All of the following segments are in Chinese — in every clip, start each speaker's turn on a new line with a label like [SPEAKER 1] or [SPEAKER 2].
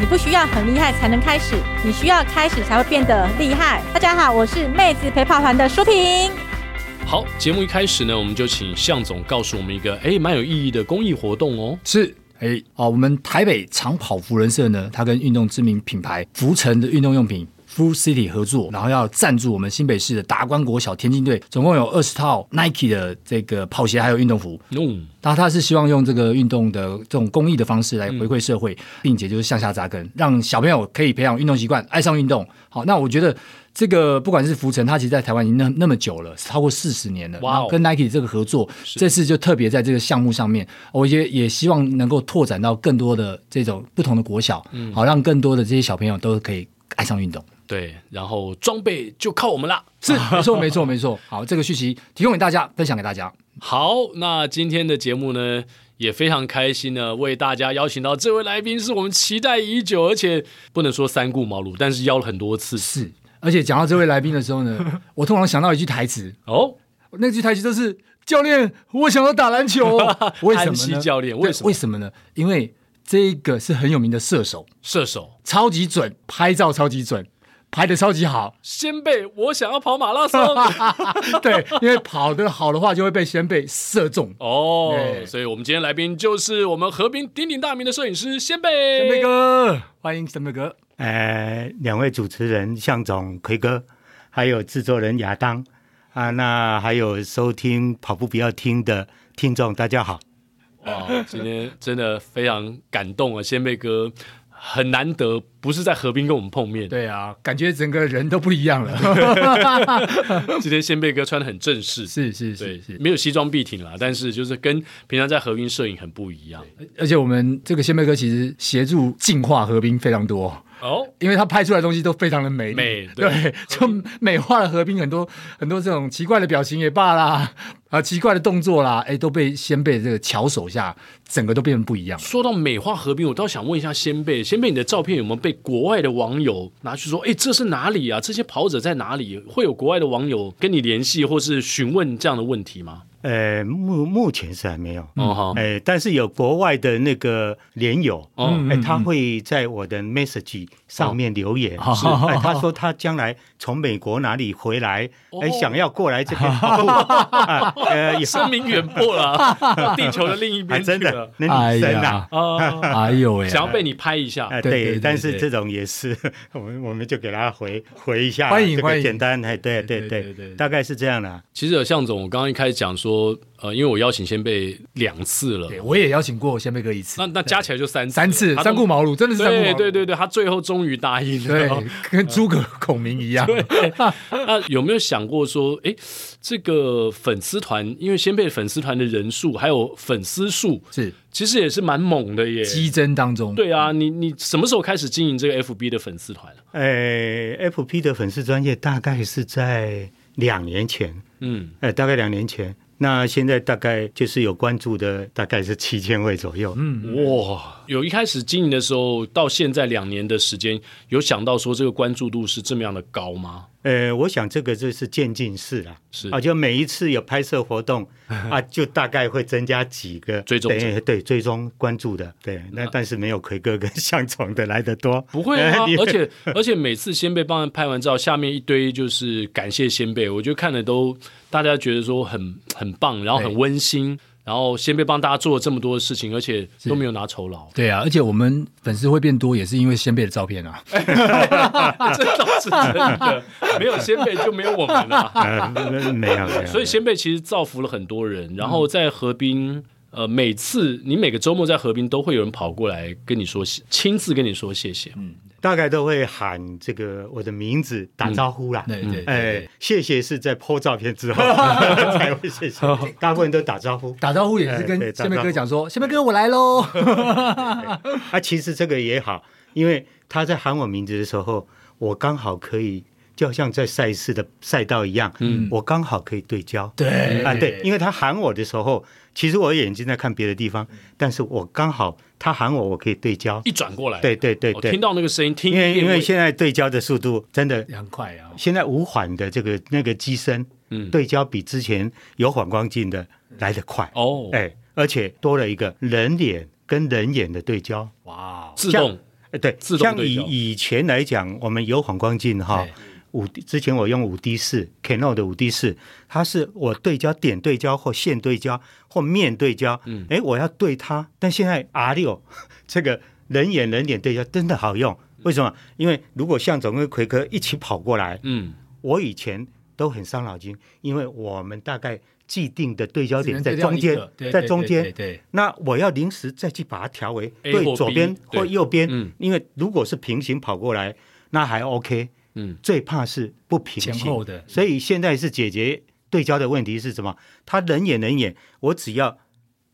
[SPEAKER 1] 你不需要很厉害才能开始，你需要开始才会变得厉害。大家好，我是妹子陪跑团的舒婷。
[SPEAKER 2] 好，节目一开始呢，我们就请向总告诉我们一个诶蛮有意义的公益活动哦。
[SPEAKER 3] 是。哎，啊，我们台北长跑福人社呢，它跟运动知名品牌福成的运动用品 f u City 合作，然后要赞助我们新北市的达观国小田径队，总共有二十套 Nike 的这个跑鞋还有运动服。
[SPEAKER 2] 嗯，
[SPEAKER 3] 那他是希望用这个运动的这种公益的方式来回馈
[SPEAKER 2] 嗯
[SPEAKER 3] 社会，并且就是向下扎根，让小朋友可以培养运动习惯，爱上运动。好，那我觉得这个不管是浮城，它其实在台湾已经那那么久了，超过四十年了。
[SPEAKER 2] 哇哦
[SPEAKER 3] 然后跟 Nike 这个合作，这次就特别在这个项目上面，哦我也也希望能够拓展到更多的这种不同的国小，
[SPEAKER 2] 嗯
[SPEAKER 3] 好让更多的这些小朋友都可以爱上运动。
[SPEAKER 2] 对，然后装备就靠我们啦。
[SPEAKER 3] 是， 没错，没错，没错。好，这个讯息提供给大家，分享给大家。
[SPEAKER 2] 好，那今天的节目呢，也非常开心呢，为大家邀请到这位来宾，是我们期待已久，而且不能说三顾茅庐，但是邀了很多次
[SPEAKER 3] 是，而且讲到这位来宾的时候 呢，我通常想到一句台词，
[SPEAKER 2] 哦。
[SPEAKER 3] 那句台词就是“教练，我想要打 篮球哦、为什
[SPEAKER 2] 安
[SPEAKER 3] 么
[SPEAKER 2] 西
[SPEAKER 3] 呢？
[SPEAKER 2] 教练为
[SPEAKER 3] 对
[SPEAKER 2] 什么
[SPEAKER 3] 为什么呢？因为这个是很有名的射手，
[SPEAKER 2] 射手。
[SPEAKER 3] 超级准，拍照超级准，拍的超级好
[SPEAKER 2] 先辈，我想要跑马 拉松
[SPEAKER 3] 对，因为跑得好的话，就会被先被射中。
[SPEAKER 2] 哦
[SPEAKER 3] 对。
[SPEAKER 2] 所以我们今天来宾就是我们和平鼎鼎大名的摄影师先辈。
[SPEAKER 3] 先贝哥，欢迎先贝哥。
[SPEAKER 4] 呃，两位主持人向总、奎哥，还有制作人亚当啊，那还有收听跑步不要听的听众，大家好。
[SPEAKER 2] 哇，哦今天真的非常感动啊，先辈哥很难得，不是在河边跟我们碰面，
[SPEAKER 3] 对啊，感觉整个人都不一样了。
[SPEAKER 2] 今天先辈哥穿的很正式，
[SPEAKER 3] 是是
[SPEAKER 2] 对
[SPEAKER 3] 是是，，
[SPEAKER 2] 没有西装笔挺啦，但是就是跟平常在合云摄影很不一样
[SPEAKER 3] 而且我们这个先贝哥其实协助净化河滨非常多。
[SPEAKER 2] 哦。
[SPEAKER 3] 因为他拍出来的东西都非常的美丽
[SPEAKER 2] 美对
[SPEAKER 3] 对， 就美化了河滨很多很多这种奇怪的表情也罢啦，啊，奇怪的动作啦，哎，都被先被这个巧手下，整个都变得不一样了。
[SPEAKER 2] 说到美化河滨，我倒想问一下先辈，先辈你的照片有没有被国外的网友拿去说？哎，这是哪里啊？这些跑者在哪里？会有国外的网友跟你联系或是询问这样的问题吗？
[SPEAKER 4] 呃，目目前是还没有，
[SPEAKER 2] 哦
[SPEAKER 3] 嗯
[SPEAKER 2] 好，
[SPEAKER 3] 哎
[SPEAKER 4] 呃，但是有国外的那个连友，
[SPEAKER 2] 哦
[SPEAKER 4] 哎，他会在我的 message 上面留言，
[SPEAKER 2] 哦
[SPEAKER 4] 是哎，他说他将来从美国哪里回来，
[SPEAKER 2] 哦
[SPEAKER 4] 哎，想要过来 这边跑步，啊呃，也
[SPEAKER 2] 声名远播了 啊，地球的另一
[SPEAKER 4] 还
[SPEAKER 2] 边去
[SPEAKER 4] 真的
[SPEAKER 2] 了，哎
[SPEAKER 4] 那女生啊。，
[SPEAKER 2] 啊，
[SPEAKER 3] 哎呦 喂，
[SPEAKER 2] 想要被你拍一下
[SPEAKER 4] 啊，
[SPEAKER 3] 对对
[SPEAKER 4] 对
[SPEAKER 3] 对，
[SPEAKER 4] 但
[SPEAKER 3] 对
[SPEAKER 4] 是这种也是， 我们我们就给他回回一下，
[SPEAKER 3] 欢迎
[SPEAKER 4] 这个
[SPEAKER 3] 欢迎
[SPEAKER 4] 简单，哎，对对
[SPEAKER 3] 对对
[SPEAKER 4] 对
[SPEAKER 3] 对对
[SPEAKER 4] 大概是这样啦。
[SPEAKER 2] 其实有向总，我刚刚一开始讲说，呃，因为我邀请先辈两次了，
[SPEAKER 3] 对，我也邀请过先贝哥一次，
[SPEAKER 2] 那那加起来就三次
[SPEAKER 3] 三次，
[SPEAKER 2] 他都
[SPEAKER 3] 三顾茅庐，真的是三顾茅
[SPEAKER 2] 对
[SPEAKER 3] 庐，
[SPEAKER 2] 对对对，他最后终于答应
[SPEAKER 3] 对
[SPEAKER 2] 了。
[SPEAKER 3] 跟诸葛孔明一样，
[SPEAKER 2] 那有没有想过说，哎，这个粉丝团，因为先辈粉丝团的人数还有粉丝数，
[SPEAKER 3] 是
[SPEAKER 2] 其实也是蛮猛的耶。
[SPEAKER 3] 激增当中，，
[SPEAKER 2] 对啊，你你什么时候开始经营这个 FB 的粉丝团？啊
[SPEAKER 4] 哎，FP 的粉丝专业大概是在两年前，
[SPEAKER 2] 嗯，
[SPEAKER 4] 哎，大概两年前。那现在大概就是有关注的，大概是七千位左右。嗯，
[SPEAKER 2] 哇，有一开始经营的时候，到现在两年的时间，有想到说这个关注度是这么样的高吗？
[SPEAKER 4] 呃，我想这个就是渐进式啦，
[SPEAKER 2] 是
[SPEAKER 4] 啊，就每一次有拍摄活动啊，就大概会增加几个
[SPEAKER 2] 追踪者
[SPEAKER 4] 对对追踪关注的，对，那但是没有奎哥跟向总的来的多，，
[SPEAKER 2] 不会啊
[SPEAKER 4] 你
[SPEAKER 2] 而且而且每次先辈帮人拍完照，下面一堆就是感谢先辈，我就看的都大家觉得说很很棒，然后很温馨。然后先辈帮大家做了这么多的事情，而且都没有拿酬 劳
[SPEAKER 3] 对啊，而且我们粉丝会变多，也是因为先辈的照片
[SPEAKER 2] 哎
[SPEAKER 3] 啊。
[SPEAKER 2] 这倒是真的。没有先辈就没有我们了、
[SPEAKER 4] 呃，没有没有，
[SPEAKER 2] 所以先辈其实造福了很多人。然后在河滨，呃，每次你每个周末在河滨都会有人跑过来跟你说谢，亲自跟你说谢谢。
[SPEAKER 4] 大概都会喊这个我的名字打招呼啦。
[SPEAKER 3] 对嗯对对
[SPEAKER 4] 哎，，谢谢是在 po 照片之后才会谢谢，大部分都打 招呼。
[SPEAKER 3] 打招呼也是
[SPEAKER 4] 哎对
[SPEAKER 3] 跟
[SPEAKER 4] 打
[SPEAKER 3] 先辈
[SPEAKER 4] 招
[SPEAKER 3] 哥
[SPEAKER 4] 呼
[SPEAKER 3] 讲说，先辈哥我来喽。
[SPEAKER 4] 啊，其实这个也好，因为他在喊我名字的时候，我刚好可以，就好像在赛事的赛道一样，嗯，我刚好可以对焦。
[SPEAKER 3] 对
[SPEAKER 4] 啊，对，，因为他喊我的时候，其实我眼睛在看别的地方，但是我刚好他喊我，我可以对焦。
[SPEAKER 2] 一转过来，
[SPEAKER 4] 对对对
[SPEAKER 2] 我
[SPEAKER 4] 对
[SPEAKER 2] 听，到那个声音，听
[SPEAKER 4] 因为因为
[SPEAKER 2] 现
[SPEAKER 4] 现在对焦的速度真的
[SPEAKER 3] 很快啊。
[SPEAKER 4] 现在无缓的这个那个机身，
[SPEAKER 2] 嗯
[SPEAKER 4] 对焦比之前有反光镜的来得快，
[SPEAKER 2] 哦，
[SPEAKER 4] 哎，而且多了一个人脸跟人眼的对焦，
[SPEAKER 3] 哇，哦
[SPEAKER 2] 自动
[SPEAKER 4] 哎，对，
[SPEAKER 2] 自动
[SPEAKER 4] 像
[SPEAKER 2] 对
[SPEAKER 4] 以
[SPEAKER 2] 焦哎
[SPEAKER 4] 以前来讲，我们有反光镜哈
[SPEAKER 3] 对，
[SPEAKER 4] 五之前我用五 D 四 Canon 的五 D 四，它是我对焦点对焦或线对焦或面对焦，嗯，哎，我要对它，但现在 R 六 这个人眼人脸对焦真的好用，为什么？因为如果向总跟奎哥一起跑过来，
[SPEAKER 2] 嗯，
[SPEAKER 4] 我以前都很伤脑筋，因为我们大概既定的对焦
[SPEAKER 3] 只
[SPEAKER 4] 点
[SPEAKER 3] 能
[SPEAKER 4] 在
[SPEAKER 3] 对到
[SPEAKER 4] 中
[SPEAKER 3] 一
[SPEAKER 4] 间
[SPEAKER 3] 个对，
[SPEAKER 4] 在
[SPEAKER 3] 对
[SPEAKER 4] 中
[SPEAKER 3] 对
[SPEAKER 4] 间
[SPEAKER 3] 对，对，
[SPEAKER 4] 那我要临时再去把它调为
[SPEAKER 2] A
[SPEAKER 4] 对
[SPEAKER 2] 或
[SPEAKER 4] 左
[SPEAKER 2] B，
[SPEAKER 4] 边
[SPEAKER 2] 对
[SPEAKER 4] 或右边，
[SPEAKER 2] 嗯
[SPEAKER 4] 因为如果是平行跑过来，那还 OK。
[SPEAKER 2] 嗯，
[SPEAKER 4] 最怕是不平
[SPEAKER 3] 前
[SPEAKER 4] 行
[SPEAKER 3] 后的
[SPEAKER 4] 所以现在是解决对焦的问题是什么？他人眼人眼，我只要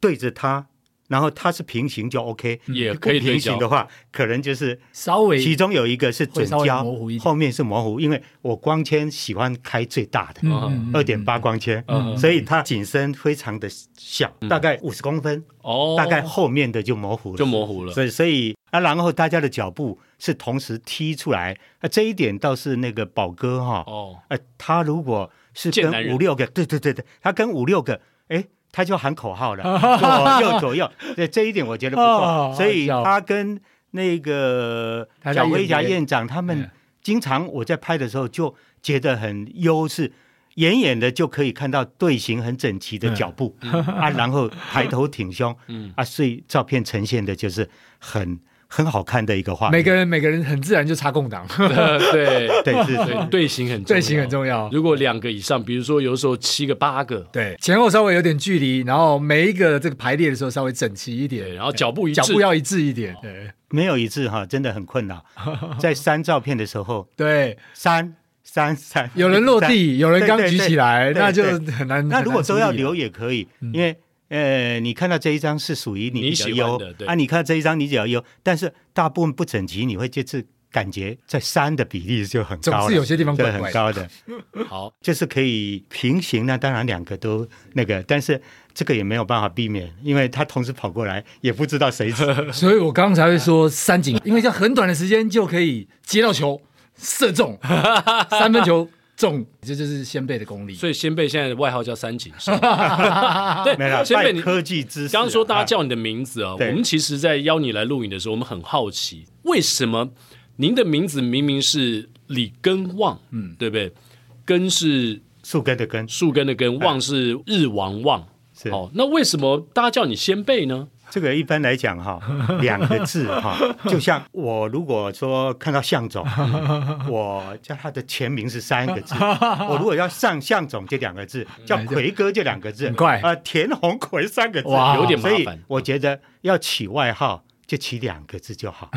[SPEAKER 4] 对着他，然后他是平行就 OK。
[SPEAKER 2] 也可以
[SPEAKER 4] 不
[SPEAKER 2] 对
[SPEAKER 4] 平行
[SPEAKER 2] 焦
[SPEAKER 4] 的话，可能就是
[SPEAKER 3] 稍微
[SPEAKER 4] 其中有一个是准
[SPEAKER 3] 会稍
[SPEAKER 4] 焦
[SPEAKER 3] 微模糊一，点
[SPEAKER 4] 后面是模糊，因为我光纤喜欢开最大的
[SPEAKER 2] 嗯
[SPEAKER 4] 哦二点八光纤，
[SPEAKER 2] 嗯
[SPEAKER 4] 所以它景深非常的小，大概五十公分，
[SPEAKER 2] 哦，
[SPEAKER 4] 大概后面的就模糊了，
[SPEAKER 2] 就模糊了。
[SPEAKER 4] 所以所以啊，然后大家的脚步是同时踢出来，啊，这一点倒是那个宝哥哈、
[SPEAKER 2] 哦，
[SPEAKER 4] 呃，他如果是
[SPEAKER 2] 贱男
[SPEAKER 4] 跟
[SPEAKER 2] 人
[SPEAKER 4] 五六个，对对对对，他跟五六个，哎，他就喊 口号了，左右左右，对这一点我觉得不
[SPEAKER 3] 哦
[SPEAKER 4] 错。所以
[SPEAKER 3] 好笑
[SPEAKER 4] 他跟那个
[SPEAKER 3] 台大
[SPEAKER 4] 蒋
[SPEAKER 3] 院
[SPEAKER 4] 维霞
[SPEAKER 3] 院
[SPEAKER 4] 院长他
[SPEAKER 3] 嗯
[SPEAKER 4] 们，经常我在拍的时候就觉得很优势。远远的就可以看到队形很整齐的脚步、 啊，然后抬头挺胸，
[SPEAKER 2] 嗯
[SPEAKER 4] 啊，所以照片呈现的就是很很好看的一个画面。
[SPEAKER 3] 每个人每个人很自然就插空档，
[SPEAKER 2] 对对
[SPEAKER 4] 对是
[SPEAKER 2] 对，队形很重
[SPEAKER 3] 队
[SPEAKER 2] 要
[SPEAKER 3] 形很重要。
[SPEAKER 2] 如果两个以上，比如说有时候七个八个，
[SPEAKER 3] 对，前后稍微有点距离，然后每一个这个排列的时候稍微整齐一
[SPEAKER 2] 对，
[SPEAKER 3] 点，
[SPEAKER 2] 然后脚步一致，
[SPEAKER 3] 脚步要一致一
[SPEAKER 4] 哦
[SPEAKER 3] 点。对
[SPEAKER 4] 没有一致哈，真的很 困扰。在删照片的时候，
[SPEAKER 3] 对，
[SPEAKER 4] 三三三，
[SPEAKER 3] 有人落
[SPEAKER 4] 三。
[SPEAKER 3] 地，有人刚举起来，
[SPEAKER 4] 对对
[SPEAKER 3] 那就
[SPEAKER 4] 对
[SPEAKER 3] 很难。
[SPEAKER 4] 那如果都要留
[SPEAKER 3] 很
[SPEAKER 4] 也可以，
[SPEAKER 3] 嗯
[SPEAKER 4] 因为呃，你看到这一张是属于你
[SPEAKER 2] 你
[SPEAKER 4] 比较
[SPEAKER 2] 喜欢
[SPEAKER 4] 优
[SPEAKER 2] 的对
[SPEAKER 4] 啊，你看这一张你比较优，但是大部分不整齐，你会就是感觉在三的比例就很
[SPEAKER 3] 难处理，
[SPEAKER 4] 高
[SPEAKER 3] 总
[SPEAKER 4] 了，
[SPEAKER 3] 是有些地方
[SPEAKER 4] 对
[SPEAKER 3] 怪怪
[SPEAKER 4] 很
[SPEAKER 3] 的。
[SPEAKER 4] 高的，
[SPEAKER 2] 好，
[SPEAKER 4] 就是可以平行呢。当然两个都那个，但是这个也没有办法避免，因为他同时跑过来，也不知道 谁是
[SPEAKER 3] 所以我刚才会说三 井，因为像很短的时间就可以接到球射中三分球中，这就是先辈的功力。
[SPEAKER 2] 所以先辈现在的外号叫三井寿。
[SPEAKER 4] 没
[SPEAKER 2] 对，
[SPEAKER 4] 了。
[SPEAKER 2] 先辈
[SPEAKER 4] 拜
[SPEAKER 2] 你
[SPEAKER 4] 科技知识啊，
[SPEAKER 2] 刚刚说大家
[SPEAKER 4] 啊
[SPEAKER 2] 叫你的名字啊，我
[SPEAKER 4] 对
[SPEAKER 2] 们其实，在邀你来录影的时候，我们很好奇，为什么您的名字明明是李根旺，嗯，对不对？根是
[SPEAKER 4] 树根的根
[SPEAKER 2] 树根的根，旺是日王旺。
[SPEAKER 4] 是
[SPEAKER 2] 哦，那为什么大家叫你先辈呢？
[SPEAKER 4] 这个一般来讲 哈，两个字哈，就像我如果说看到向 总，我叫他的全名是三个字，我如果要上向总就两个字，叫奎哥就两个字，
[SPEAKER 3] 嗯很快
[SPEAKER 4] 啊、田红奎三个字，
[SPEAKER 3] 哇有
[SPEAKER 2] 点麻烦
[SPEAKER 4] 所以我觉得要起外号就起两个字就 好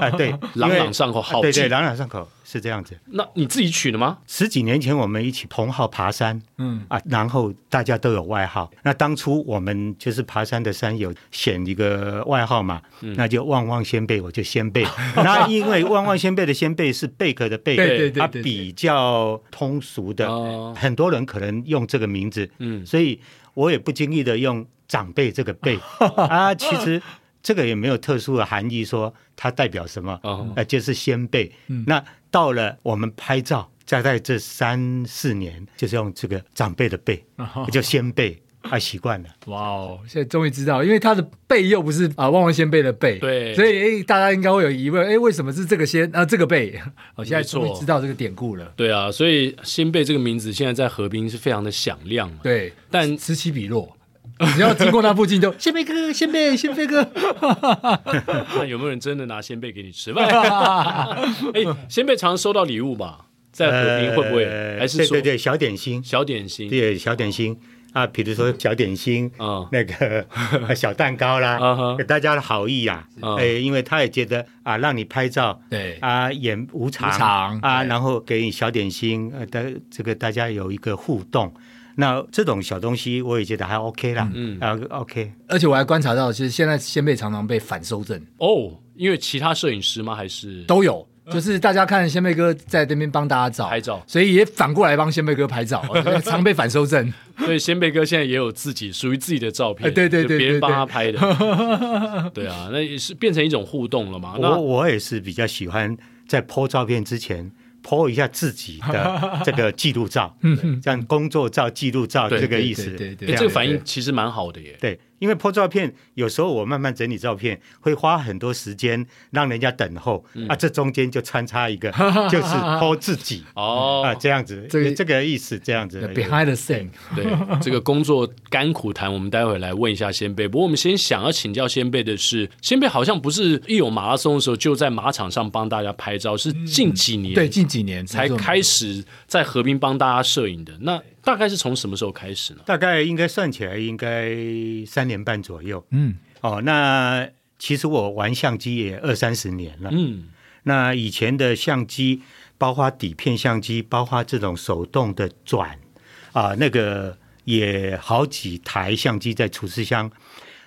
[SPEAKER 4] 啊、对，
[SPEAKER 2] 朗
[SPEAKER 4] 因为
[SPEAKER 2] 朗上口好
[SPEAKER 4] 对对，
[SPEAKER 2] 记
[SPEAKER 4] 朗朗上口是这样子。
[SPEAKER 2] 那你自己取的吗？
[SPEAKER 4] 十几年前我们一起同号爬山，
[SPEAKER 3] 嗯，
[SPEAKER 4] 啊，然后大家都有外号。那当初我们就是爬山的山友选一个外号嘛，
[SPEAKER 2] 嗯
[SPEAKER 4] 那就旺旺仙贝，我就仙贝。 那因为旺旺仙贝的仙贝是贝壳的贝，
[SPEAKER 3] 对对对
[SPEAKER 4] 它
[SPEAKER 3] 对对
[SPEAKER 4] 比较通俗的，
[SPEAKER 2] 哦
[SPEAKER 4] 很多人可能用这个名字，
[SPEAKER 2] 嗯
[SPEAKER 4] 所以我也不经意的用长辈这个 辈啊，其实。这个也没有特殊的含义，说它代表什么，
[SPEAKER 2] 哦
[SPEAKER 4] 呃，就是先辈。
[SPEAKER 3] 嗯
[SPEAKER 4] 那到了我们拍照，大概这三四年，就是用这个长辈的辈，
[SPEAKER 3] 哦
[SPEAKER 4] 就先辈啊，习惯了。
[SPEAKER 3] 哇哦，现在终于知道，因为他的背又不是啊旺旺仙贝的背，
[SPEAKER 2] 对
[SPEAKER 3] 所以哎大家应该会有疑问，哎，为什么是这个仙啊这个背？我现在
[SPEAKER 2] 没错
[SPEAKER 3] 终于知道这个典故了。
[SPEAKER 2] 对啊，所以先辈这个名字现在在河滨是非常的响亮嘛。
[SPEAKER 3] 对，
[SPEAKER 2] 但
[SPEAKER 3] 此起彼落，只要经过那附近就 先辈哥，先 辈，先辈哥。
[SPEAKER 2] 看有没有人真的拿鲜贝给你吃吧？ 哎，鲜贝常收到礼物吧？在和平会不会？
[SPEAKER 4] 呃
[SPEAKER 2] 还是
[SPEAKER 4] 对
[SPEAKER 2] 说
[SPEAKER 4] 对对，小点心，
[SPEAKER 2] 小点心？
[SPEAKER 4] 对小点心啊，比如说小点心
[SPEAKER 2] 啊
[SPEAKER 4] 那个 小蛋糕
[SPEAKER 2] 啊哈
[SPEAKER 4] 啦，给大家的好意呀
[SPEAKER 2] 啊，
[SPEAKER 4] 哎，因为他也觉得啊，让你拍照
[SPEAKER 3] 对，
[SPEAKER 4] 啊，演无常
[SPEAKER 3] 无常
[SPEAKER 4] 啊，
[SPEAKER 3] 对
[SPEAKER 4] 然后给你小点心，呃，大这个大家有一个互动。那这种小东西，我也觉得还 OK 啦，
[SPEAKER 2] 嗯
[SPEAKER 4] 啊，OK，
[SPEAKER 3] 而且我还观察到，其实现在先辈常常被反收正，
[SPEAKER 2] 哦，因为其他摄影师吗？还是
[SPEAKER 3] 都有。就是大家看先辈哥在这边帮大家找
[SPEAKER 2] 拍照
[SPEAKER 3] 所以也反过来帮先辈哥 拍照，哦常被反收正。
[SPEAKER 2] 所以鲜贝哥现在也有自己属于自己的照片，
[SPEAKER 3] 哎对对
[SPEAKER 2] 就
[SPEAKER 3] 对
[SPEAKER 2] 别人
[SPEAKER 3] 对
[SPEAKER 2] 帮
[SPEAKER 3] 对
[SPEAKER 2] 他拍的，对啊，那也是变成一种互动了嘛？
[SPEAKER 4] 我
[SPEAKER 2] 那
[SPEAKER 4] 我也是比较喜欢在 po 照片之前 po 一下自己的这个记录照，这样工作照、记录照
[SPEAKER 2] 对
[SPEAKER 4] 这个意思，
[SPEAKER 3] 对对对对
[SPEAKER 2] 哎
[SPEAKER 4] 样
[SPEAKER 2] 这个反
[SPEAKER 4] 对
[SPEAKER 2] 应其实蛮好的耶。
[SPEAKER 4] 对，因为 po 照片，有时候我慢慢整理照片，会花很多时间让人家等候、啊，这中间就穿插一个就是 po 自己
[SPEAKER 2] 哦，
[SPEAKER 4] 啊，这样子，
[SPEAKER 3] 这
[SPEAKER 4] 这
[SPEAKER 3] 个
[SPEAKER 4] 个这个意思，这样子而已。
[SPEAKER 3] Behind the scene，
[SPEAKER 2] 对，这个工作甘苦谈，我们待会来问一下先辈。不过我们先想要请教先辈的是，先辈好像不是一有马拉松的时候就在马场上帮大家拍照，是近几年
[SPEAKER 3] 对，近几年
[SPEAKER 2] 才
[SPEAKER 3] 没错
[SPEAKER 2] 开始在河滨帮大家摄影的。那大概是从什么时候开始呢？
[SPEAKER 4] 大概应该算起来应该三年半左右
[SPEAKER 3] 嗯，
[SPEAKER 4] 哦。那其实我玩相机也二三十年了，
[SPEAKER 2] 嗯，
[SPEAKER 4] 那以前的相机，包括底片相机，包括这种手动的转啊，那个也好几台相机在储尸箱。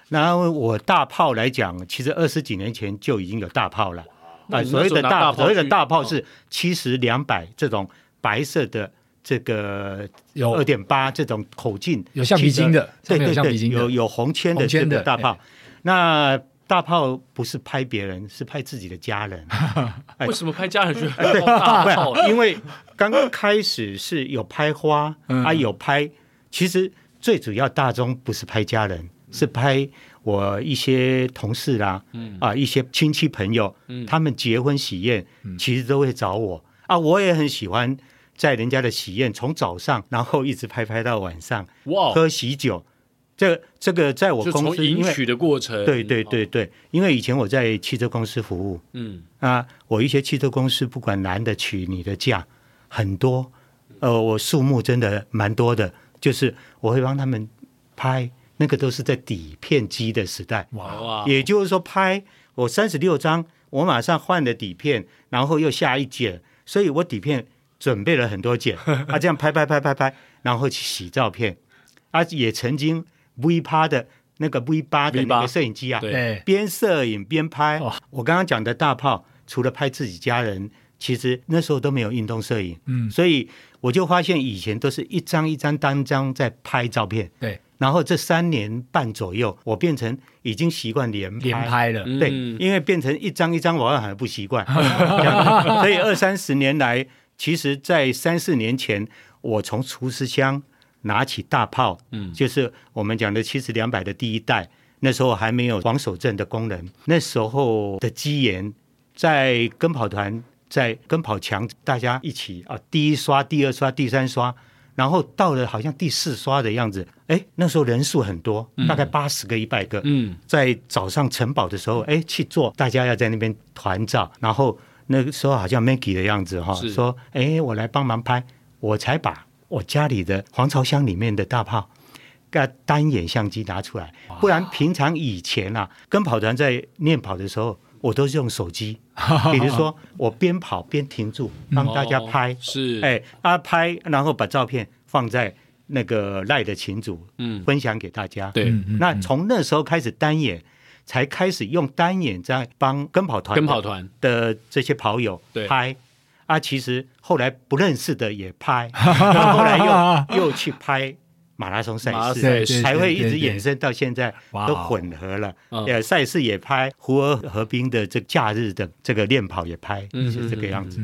[SPEAKER 4] 然后我大炮来讲，其实二十几年前就已经有大炮了。
[SPEAKER 2] 那
[SPEAKER 4] 啊，
[SPEAKER 2] 你
[SPEAKER 4] 所谓
[SPEAKER 2] 那时候
[SPEAKER 4] 的
[SPEAKER 2] 拿
[SPEAKER 4] 大
[SPEAKER 2] 大炮
[SPEAKER 4] 所谓的
[SPEAKER 2] 去嗯
[SPEAKER 4] 大炮是七十两百这种白色的这个
[SPEAKER 3] 有
[SPEAKER 4] 二点八这种口径，
[SPEAKER 3] 有橡皮筋的上
[SPEAKER 4] 对
[SPEAKER 3] 面有
[SPEAKER 4] 对
[SPEAKER 3] 橡皮
[SPEAKER 4] 对，
[SPEAKER 3] 筋的
[SPEAKER 4] 有有红铅的
[SPEAKER 3] 红
[SPEAKER 4] 这
[SPEAKER 3] 铅的哎
[SPEAKER 4] 个大炮。那大炮不是拍别人，是拍自己的家人。哎
[SPEAKER 2] 为什么拍家人觉得 大 炮
[SPEAKER 4] 不？哦因为刚刚开始是有拍花
[SPEAKER 3] 嗯
[SPEAKER 4] 啊，有拍，其实最主要大宗不是拍家人，是拍我一些同事啦，
[SPEAKER 2] 嗯
[SPEAKER 4] 啊，一些亲戚朋友，他们结婚喜宴，
[SPEAKER 2] 嗯
[SPEAKER 4] 其实都会找我啊，我也很喜欢。在人家的喜宴，从早上然后一直拍拍到晚上，
[SPEAKER 2] 哇，
[SPEAKER 4] 喝喜酒，这这个在我
[SPEAKER 2] 就
[SPEAKER 4] 公
[SPEAKER 2] 哦从
[SPEAKER 4] 司，
[SPEAKER 2] 迎
[SPEAKER 4] 因为
[SPEAKER 2] 娶的过程，
[SPEAKER 4] 对对
[SPEAKER 2] 哦，
[SPEAKER 4] 对对，因为以前我在汽车公司服务，
[SPEAKER 2] 嗯，
[SPEAKER 4] 啊，我一些汽车公司不管男的娶你的嫁很多，呃，我数目真的蛮多的，就是我会帮他们拍，那个都是在底片机的时代，
[SPEAKER 2] 哇，
[SPEAKER 4] 也就是说拍我三十六张，我马上换了底片，然后又下一卷，所以我底片准备了很多 卷，啊，这样拍拍拍拍拍，然后去洗照片，啊，也曾经 V 八的那个 V 八的那
[SPEAKER 2] V8
[SPEAKER 4] 个摄影机啊，
[SPEAKER 2] 对
[SPEAKER 3] 对，哦
[SPEAKER 4] 边摄影边拍。
[SPEAKER 3] 哇
[SPEAKER 4] 我刚刚讲的大炮，除了拍自己家人，其实那时候都没有运动摄影，
[SPEAKER 3] 嗯，
[SPEAKER 4] 所以我就发现以前都是一张一张单张在拍照片。
[SPEAKER 3] 对，
[SPEAKER 4] 然后这三年半左右，我变成已经习惯连拍
[SPEAKER 3] 连拍了，
[SPEAKER 2] 嗯
[SPEAKER 4] 对，因为变成一张一张，我好像很不 习惯，这样所以二三十年来，其实，在三四年前，我从厨师箱拿起大炮，
[SPEAKER 2] 嗯
[SPEAKER 4] 就是我们讲的七十两百的第一代，那时候还没有防守阵的功能，那时候的基岩在跟跑团，在跟跑墙，大家一起啊，第一刷、第二刷、第三刷。然后到了好像第四刷的样子，哎，那时候人数很多，大概八十个、一百个，
[SPEAKER 2] 嗯，
[SPEAKER 4] 在早上晨跑的时候，哎，去做，大家要在那边团照，然后那个时候好像 Maggie 的样子哈、
[SPEAKER 2] 是
[SPEAKER 4] 说，哎，我来帮忙拍，我才把我家里的黄朝箱里面的大炮。个单眼相机拿出来，不然平常以前啊，跟跑团在练跑的时候，我都是用手 机，比如说我边跑边停住，让大家
[SPEAKER 2] 哦
[SPEAKER 4] 拍，
[SPEAKER 2] 是，
[SPEAKER 4] 哎，啊拍，然后把照片放在那个赖的群组，
[SPEAKER 2] 嗯
[SPEAKER 4] 分享给大家。
[SPEAKER 2] 对，
[SPEAKER 4] 那从那时候开始单眼，才开始用单眼在帮跟跑团
[SPEAKER 2] 跟跑团，
[SPEAKER 4] 的这些跑友
[SPEAKER 2] 对
[SPEAKER 4] 拍。啊，其实后来不认识的也拍， 然后后来又又去拍马拉松赛
[SPEAKER 2] 马拉松
[SPEAKER 4] 事，
[SPEAKER 2] 赛
[SPEAKER 3] 事
[SPEAKER 4] 才会一
[SPEAKER 3] 对对
[SPEAKER 4] 直
[SPEAKER 3] 对
[SPEAKER 4] 衍生到现在
[SPEAKER 3] 哇哦
[SPEAKER 4] 都混合了。
[SPEAKER 2] 嗯
[SPEAKER 4] 呃，赛事也拍，湖尔河滨的这假日的这个练跑也拍，
[SPEAKER 2] 嗯
[SPEAKER 4] 是这个样子。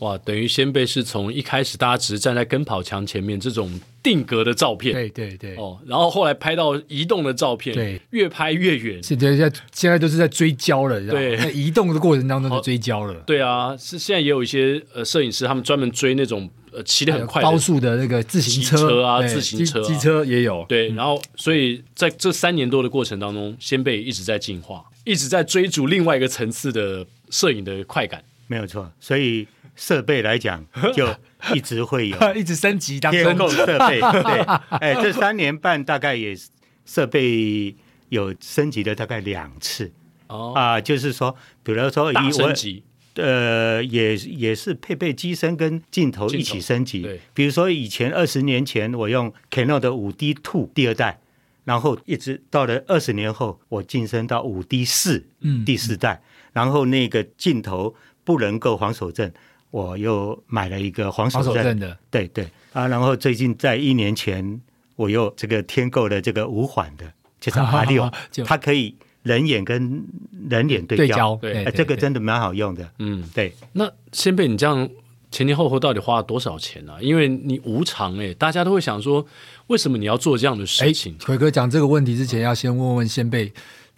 [SPEAKER 2] 哇，等于先辈是从一开始大家只是站在跟跑墙前面这种定格的照片，
[SPEAKER 3] 对对对，
[SPEAKER 2] 哦，然后后来拍到移动的照片，
[SPEAKER 3] 对，
[SPEAKER 2] 越拍越远。
[SPEAKER 3] 现在在现在都是在追焦了，你知道吗
[SPEAKER 2] 对哦
[SPEAKER 3] 在移动的过程当中就追焦了，
[SPEAKER 2] 对啊，是现在也有一些呃摄影师，他们专门追那种呃骑得很快的
[SPEAKER 3] 高速的那个自行车
[SPEAKER 2] 机车啊
[SPEAKER 3] 哎
[SPEAKER 2] 自行车啊
[SPEAKER 3] 机机车也有。
[SPEAKER 2] 对，然后所以在这三年多的过程当中，先辈一直在进化，一直在追逐另外一个层次的摄影的快感。
[SPEAKER 4] 没有错。所以设备来讲，就一直 会有
[SPEAKER 3] 一直升级当
[SPEAKER 4] 天
[SPEAKER 3] 升
[SPEAKER 4] 控设备。对，哎，这三年半大概也设备有升级了大概两次
[SPEAKER 2] 哦，
[SPEAKER 4] 啊、就是说，比如说以
[SPEAKER 2] 大
[SPEAKER 4] 我
[SPEAKER 2] 升级，
[SPEAKER 4] 呃，也也是配备机身跟镜头一起升级。
[SPEAKER 2] 镜头对
[SPEAKER 4] 比如说以前二十年前我用 Canon 的五 D Two 第二代，然后一直到了二十年后，我晋升到五 D 四，
[SPEAKER 3] 嗯
[SPEAKER 4] 第四代，然后那个镜头不能够防手震，我又买了一个防手
[SPEAKER 3] 防
[SPEAKER 4] 震，
[SPEAKER 3] 守阵的，，
[SPEAKER 4] 对对啊，然后最近在一年前，我又这个添购了这个无缓的，就是 R 六
[SPEAKER 3] 就
[SPEAKER 4] 它可以人眼跟人脸对
[SPEAKER 3] 对
[SPEAKER 4] 焦。
[SPEAKER 3] 焦，
[SPEAKER 2] 对
[SPEAKER 3] 对
[SPEAKER 4] 哎，这个
[SPEAKER 3] 对
[SPEAKER 4] 真的蛮好用的。
[SPEAKER 2] 嗯，
[SPEAKER 4] 对，
[SPEAKER 2] 那先辈，你这样前前后后到底花了多少钱啊？因为你无偿哎、大家都会想说，为什么你要做这样的
[SPEAKER 3] 哎
[SPEAKER 2] 事情，？
[SPEAKER 3] 奎哥讲这个问题之前，要先问问先辈，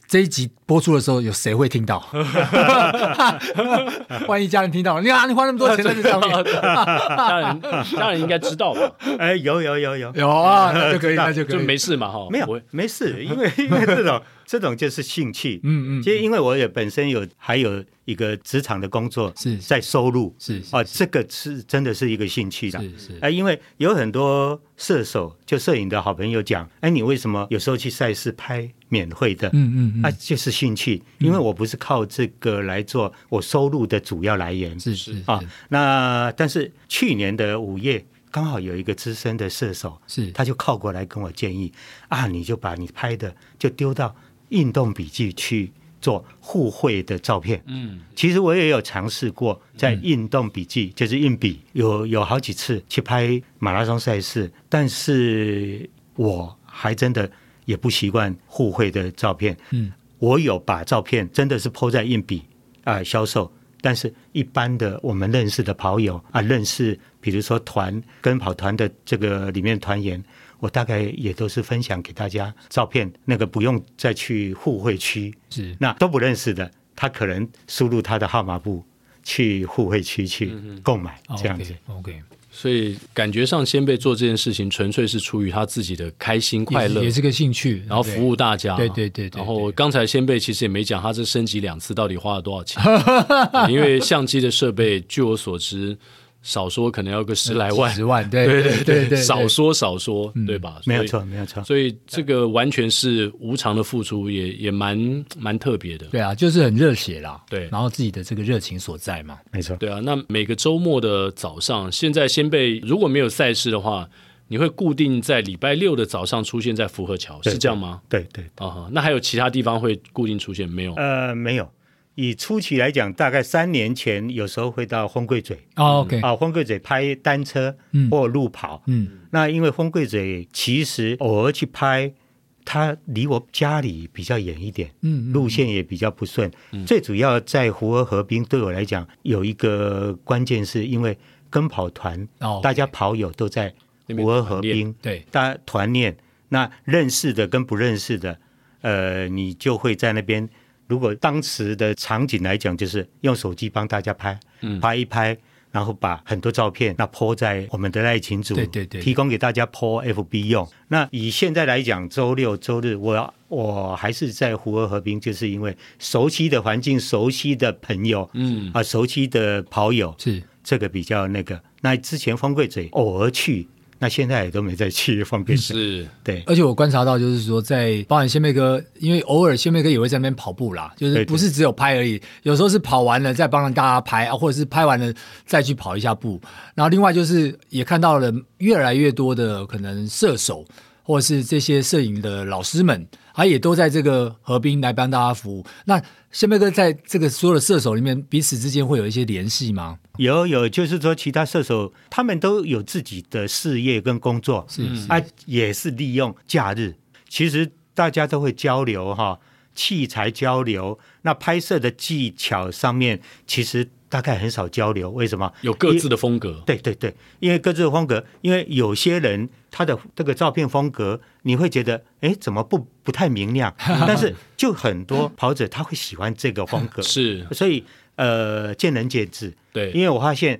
[SPEAKER 3] 这一集播出的时候有谁会 听到？万一家人听到，你啊，你花那么多钱在这上 面，
[SPEAKER 2] 家 人家人应该知道吧？
[SPEAKER 4] 哎，有有有有，
[SPEAKER 3] 有啊，那就可以，那就可以，
[SPEAKER 2] 就没事嘛哈，
[SPEAKER 4] 没
[SPEAKER 2] 不会
[SPEAKER 4] 有没 事，因为因为这种这种就是兴趣。
[SPEAKER 3] 嗯，嗯嗯，
[SPEAKER 4] 其实因为我也本身有还有一个职场的工作，
[SPEAKER 3] 是
[SPEAKER 4] 在收入
[SPEAKER 3] 是是
[SPEAKER 4] 啊，这个是真的是一个兴趣的。
[SPEAKER 3] 是是，
[SPEAKER 4] 哎，因为有很多射手，就摄影的好朋友讲，哎，你为什么有时候去赛事拍免费的？
[SPEAKER 3] 嗯嗯
[SPEAKER 4] 啊，
[SPEAKER 3] 嗯，
[SPEAKER 4] 就是兴趣，因为我不是靠这个来做我收入的主要来源
[SPEAKER 3] 是是
[SPEAKER 4] 啊。那但是去年的五月，刚好有一个资深的射手，
[SPEAKER 3] 是
[SPEAKER 4] 他就靠过来跟我建议啊，你就把你拍的就丢到运动笔记去做互惠的照片。
[SPEAKER 2] 嗯，
[SPEAKER 4] 其实我也有尝试过在运动笔记，就是运笔，有有好几次去拍马拉松赛事，但是我还真的也不习惯互惠的照片。
[SPEAKER 3] 嗯，
[SPEAKER 4] 我有把照片真的是抛在硬笔啊、销售，但是一般的我们认识的跑友啊，认识比如说团跟跑团的这个里面团员，我大概也都是分享给大家照片，那个不用再去互惠区，
[SPEAKER 3] 是
[SPEAKER 4] 那都不认识的，他可能输入他的号码簿去互惠区去购买、
[SPEAKER 3] 哦
[SPEAKER 4] 这样子。
[SPEAKER 3] ，OK，
[SPEAKER 2] 所以感觉上先辈做这件事情，纯粹是出于他自己的开心快乐
[SPEAKER 3] 也，是个兴趣，
[SPEAKER 2] 然后服务大家。
[SPEAKER 3] 对对对对
[SPEAKER 2] 然后刚才先辈其实也没讲，他这升级两次到底花了多少 钱？对因为相机的设备，据我所知，少说可能要个十来万。
[SPEAKER 3] 十万，对对对对对，嗯
[SPEAKER 2] 少说少说，对吧？
[SPEAKER 4] 没有
[SPEAKER 2] 所以
[SPEAKER 4] 错，。没有错。
[SPEAKER 2] 所以这个完全是无偿的付出，也也蛮蛮特别的。
[SPEAKER 3] 对啊，就是很热血啦，
[SPEAKER 2] 对
[SPEAKER 3] 然后自己的这个热情所在嘛，
[SPEAKER 4] 没错，
[SPEAKER 2] 对啊，那每个周末的早上，现在先辈如果没有赛事的话，你会固定在礼拜六的早上出现在福和桥，
[SPEAKER 4] 对
[SPEAKER 2] 是这样吗？
[SPEAKER 4] 对对。
[SPEAKER 2] 啊哈，那还有其他地方会固定出现没有？
[SPEAKER 4] 呃，没有。以初期来讲，大概三年前，有时候会到丰贵嘴
[SPEAKER 3] 哦，OK，
[SPEAKER 4] 啊，丰贵嘴拍单车
[SPEAKER 3] 嗯
[SPEAKER 4] 或路跑。
[SPEAKER 3] 嗯，
[SPEAKER 4] 那因为丰贵嘴其实偶尔去拍，它离我家里比较远一点，
[SPEAKER 3] 嗯嗯嗯
[SPEAKER 4] 路线也比较不顺。最主要在湖河河滨，对我来讲有一个关键，是因为跟跑团，
[SPEAKER 3] 哦，
[SPEAKER 4] 大家跑友都在
[SPEAKER 2] 那边
[SPEAKER 4] 湖河河
[SPEAKER 2] 团练
[SPEAKER 4] 滨，
[SPEAKER 3] 对，
[SPEAKER 4] 大家团练，那认识的跟不认识的，呃，你就会在那边。如果当时的场景来讲，就是用手机帮大家拍，
[SPEAKER 3] 嗯
[SPEAKER 4] 拍一拍，然后把很多照片那泼在我们的赖群组，
[SPEAKER 3] 对对对
[SPEAKER 4] 提供给大家泼 FB 用。那以现在来讲，周六周日我要我还是在湖河河滨，就是因为熟悉的环境、熟悉的朋友，嗯啊，熟悉的跑友，
[SPEAKER 3] 是
[SPEAKER 4] 这个比较那个。那之前方贵嘴偶尔去，那现在也都没再去方贵嘴。
[SPEAKER 2] 是
[SPEAKER 4] 对，
[SPEAKER 3] 而且我观察到，就是说，在包含仙妹哥，因为偶尔仙妹哥也会在那边跑步啦，就
[SPEAKER 4] 对
[SPEAKER 3] 是
[SPEAKER 4] 对
[SPEAKER 3] 不是只有拍而已，有时候是跑完了再帮大家拍，啊，或者是拍完了再去跑一下步。然后另外就是也看到了越来越多的可能射手，或者是这些摄影的老师们，他也都在这个河滨来帮大家服务。那仙妹哥在这个所有的射手里面，彼此之间会有一些联系吗？
[SPEAKER 4] 有有，就是说其他射手他们都有自己的事业跟工作，
[SPEAKER 3] 是是
[SPEAKER 4] 啊，也是利用假日，其实大家都会交流哈，器材交流，那拍摄的技巧上面其实大概很少交流，为什么？
[SPEAKER 2] 有各自的风格，
[SPEAKER 4] 对对对，因为各自的风格，因为有些人他的这个照片风格，你会觉得，哎，怎么不不太 明亮？但是就很多跑者他会喜欢这个风格，
[SPEAKER 2] 是，
[SPEAKER 4] 所以呃，见仁见智。
[SPEAKER 2] 对，
[SPEAKER 4] 因为我发现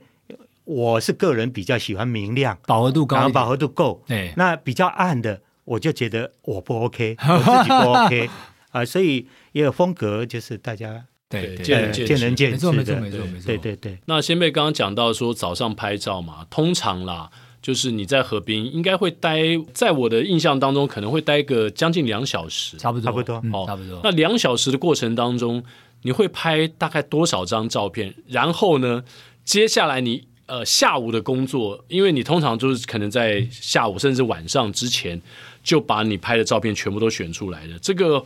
[SPEAKER 4] 我是个人比较喜欢明亮，
[SPEAKER 3] 饱和度
[SPEAKER 4] 然
[SPEAKER 3] 高
[SPEAKER 4] 后
[SPEAKER 3] 一点，
[SPEAKER 4] 饱和度够。
[SPEAKER 3] 对
[SPEAKER 4] 那比较暗的，我就觉得我不 OK，我自己不 OK 啊、所以也有风格，就是大家
[SPEAKER 3] 对
[SPEAKER 2] 对
[SPEAKER 3] 对
[SPEAKER 2] 见
[SPEAKER 4] 呃
[SPEAKER 2] 仁见
[SPEAKER 4] 见
[SPEAKER 2] 智
[SPEAKER 4] 仁见
[SPEAKER 3] 没
[SPEAKER 4] 智
[SPEAKER 3] 错没错
[SPEAKER 4] 的。
[SPEAKER 3] 没错没错，
[SPEAKER 4] 对对对，
[SPEAKER 2] 那先辈刚刚讲到说早上拍照嘛，通常啦，就是你在河边应该会待，在我的印象当中可能会待个将近两小时。
[SPEAKER 3] 差不多
[SPEAKER 4] 差不多
[SPEAKER 3] 嗯
[SPEAKER 2] 哦
[SPEAKER 3] 差不多。
[SPEAKER 2] 那两小时的过程当中，你会拍大概多少张照片？然后呢，接下来你呃下午的工作，因为你通常就是可能在下午甚至晚上之前就把你拍的照片全部都选出来了。这个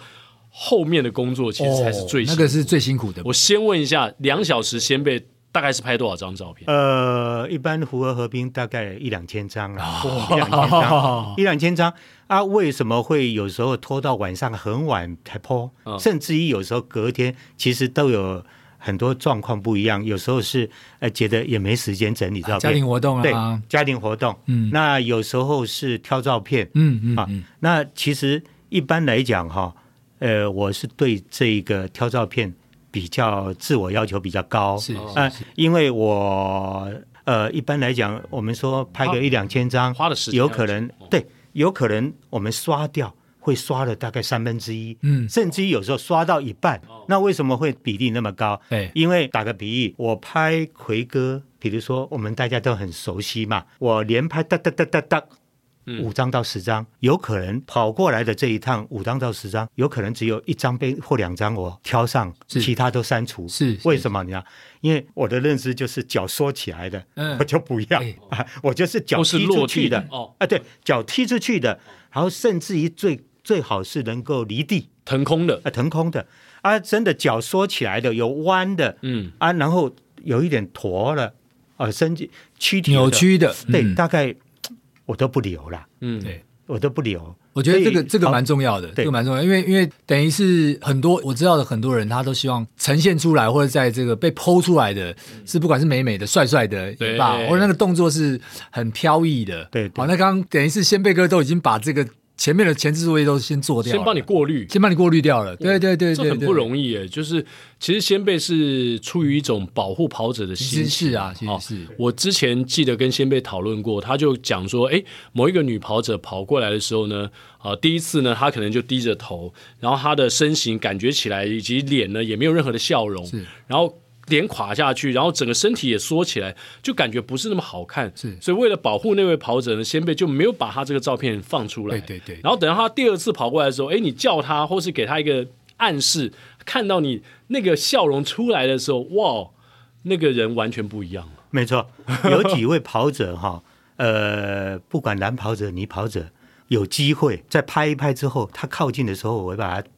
[SPEAKER 2] 后面的工作其实才是最
[SPEAKER 3] 哦
[SPEAKER 2] 辛
[SPEAKER 3] 那
[SPEAKER 2] 苦。
[SPEAKER 3] 个是最辛苦的。
[SPEAKER 2] 我先问一下，两小时先辈大概是拍多少张照片？
[SPEAKER 4] 呃，一般湖河合并大概一两千张啊，
[SPEAKER 3] 哦
[SPEAKER 4] 一两千 张，一两千张啊。为什么会有时候拖到晚上很晚才剖、
[SPEAKER 2] 嗯
[SPEAKER 4] 甚至于有时候隔天，其实都有很多状况不一样。有时候是呃觉得也没时间整理照片，
[SPEAKER 3] 家庭活动
[SPEAKER 4] 对
[SPEAKER 3] 啊，
[SPEAKER 4] 家庭活动，
[SPEAKER 3] 嗯
[SPEAKER 4] 那有时候是挑照片，
[SPEAKER 3] 嗯嗯
[SPEAKER 4] 啊
[SPEAKER 3] 嗯，
[SPEAKER 4] 那其实一般来讲哈，呃，我是对这个挑照片比较自我要求比较高，
[SPEAKER 3] 是
[SPEAKER 2] 哦
[SPEAKER 4] 啊、因为我呃一般来讲，我们说拍
[SPEAKER 2] 花
[SPEAKER 4] 个一两千张，
[SPEAKER 2] 花的时间
[SPEAKER 4] 有
[SPEAKER 2] 要
[SPEAKER 4] 可
[SPEAKER 2] 久
[SPEAKER 4] 能
[SPEAKER 2] 哦
[SPEAKER 4] 对，有可能我们刷掉会刷了大概三分之一，
[SPEAKER 3] 嗯哦
[SPEAKER 4] 甚至于有时候刷到一半，那为什么会比例那么高？
[SPEAKER 3] 对
[SPEAKER 4] 因为打个比喻，我拍奎哥，比如说我们大家都很熟悉嘛，我连拍哒哒哒哒哒。
[SPEAKER 3] 嗯
[SPEAKER 4] 五张到十张，有可能跑过来的这一趟五张到十张，有可能只有一张被或两张我挑上，
[SPEAKER 3] 是
[SPEAKER 4] 其他都删除。
[SPEAKER 3] 是是
[SPEAKER 4] 为什么？你知道，因为我的认知就是脚缩起来的，
[SPEAKER 3] 嗯
[SPEAKER 4] 我就不要、
[SPEAKER 3] 哎
[SPEAKER 4] 啊， 我就是脚
[SPEAKER 2] 或是
[SPEAKER 4] 踢
[SPEAKER 2] 落
[SPEAKER 4] 出
[SPEAKER 2] 地
[SPEAKER 4] 去
[SPEAKER 2] 的
[SPEAKER 4] 的，
[SPEAKER 2] 哦
[SPEAKER 4] 啊，对，脚踢出去的，然后甚至于最最好是能够离地
[SPEAKER 2] 腾空的，
[SPEAKER 4] 啊，腾空的啊，真的脚缩起来的，有弯的
[SPEAKER 2] 嗯，
[SPEAKER 4] 啊，然后有一点驼了，啊，身体躯体有
[SPEAKER 3] 扭
[SPEAKER 4] 的，
[SPEAKER 3] 曲的，
[SPEAKER 4] 对，
[SPEAKER 3] 嗯
[SPEAKER 4] 大概我都不留了，
[SPEAKER 2] 嗯，
[SPEAKER 3] 对
[SPEAKER 4] 我都不留。
[SPEAKER 3] 我觉得这
[SPEAKER 4] 所
[SPEAKER 3] 个
[SPEAKER 4] 以
[SPEAKER 3] 这个
[SPEAKER 4] 好
[SPEAKER 3] 蛮重要的，这
[SPEAKER 4] 对
[SPEAKER 3] 个蛮重要，因为因为等于是很多我知道的很多人，他都希望呈现出来或者在这个被剖出来的是不管是美美的、帅帅的
[SPEAKER 2] 对
[SPEAKER 3] 也罢，或者那个动作是很飘逸的。
[SPEAKER 4] 对对
[SPEAKER 3] 好，那刚刚等于是先辈哥都已经把这个前面的前置作业都先做掉了，
[SPEAKER 2] 先帮你过滤，
[SPEAKER 3] 先帮你过滤掉了。对对对对，
[SPEAKER 2] 这很不
[SPEAKER 3] 易。
[SPEAKER 2] 容易耶。就是其实先辈是出于一种保护跑者的
[SPEAKER 3] 其
[SPEAKER 2] 心
[SPEAKER 3] 实
[SPEAKER 2] 情
[SPEAKER 3] 是啊，其实
[SPEAKER 2] 哦
[SPEAKER 3] 是
[SPEAKER 2] 我之前记得跟先辈讨论过，他就讲说，诶，某一个女跑者跑过来的时候呢，啊、第一次呢，她可能就低着头，然后她的身形感觉起来以及脸呢也没有任何的笑容
[SPEAKER 3] 是，
[SPEAKER 2] 然后。脸垮下去，然后整个身体也缩起来，就感觉不是那么好看。
[SPEAKER 3] 是
[SPEAKER 2] 所以为了保护那位跑者呢，先辈就没有把他这个照片放出来。
[SPEAKER 3] 对对对
[SPEAKER 2] 然后等到他第二次跑过来的时候，诶，你叫他或是给他一个暗示，看到你那个笑容出来的时候，哇，那个人完全不一样了。
[SPEAKER 4] 没错，有几位跑者哈，呃，不管男跑者、女跑者，有机会在拍一拍之后，他靠近的时候，我会把他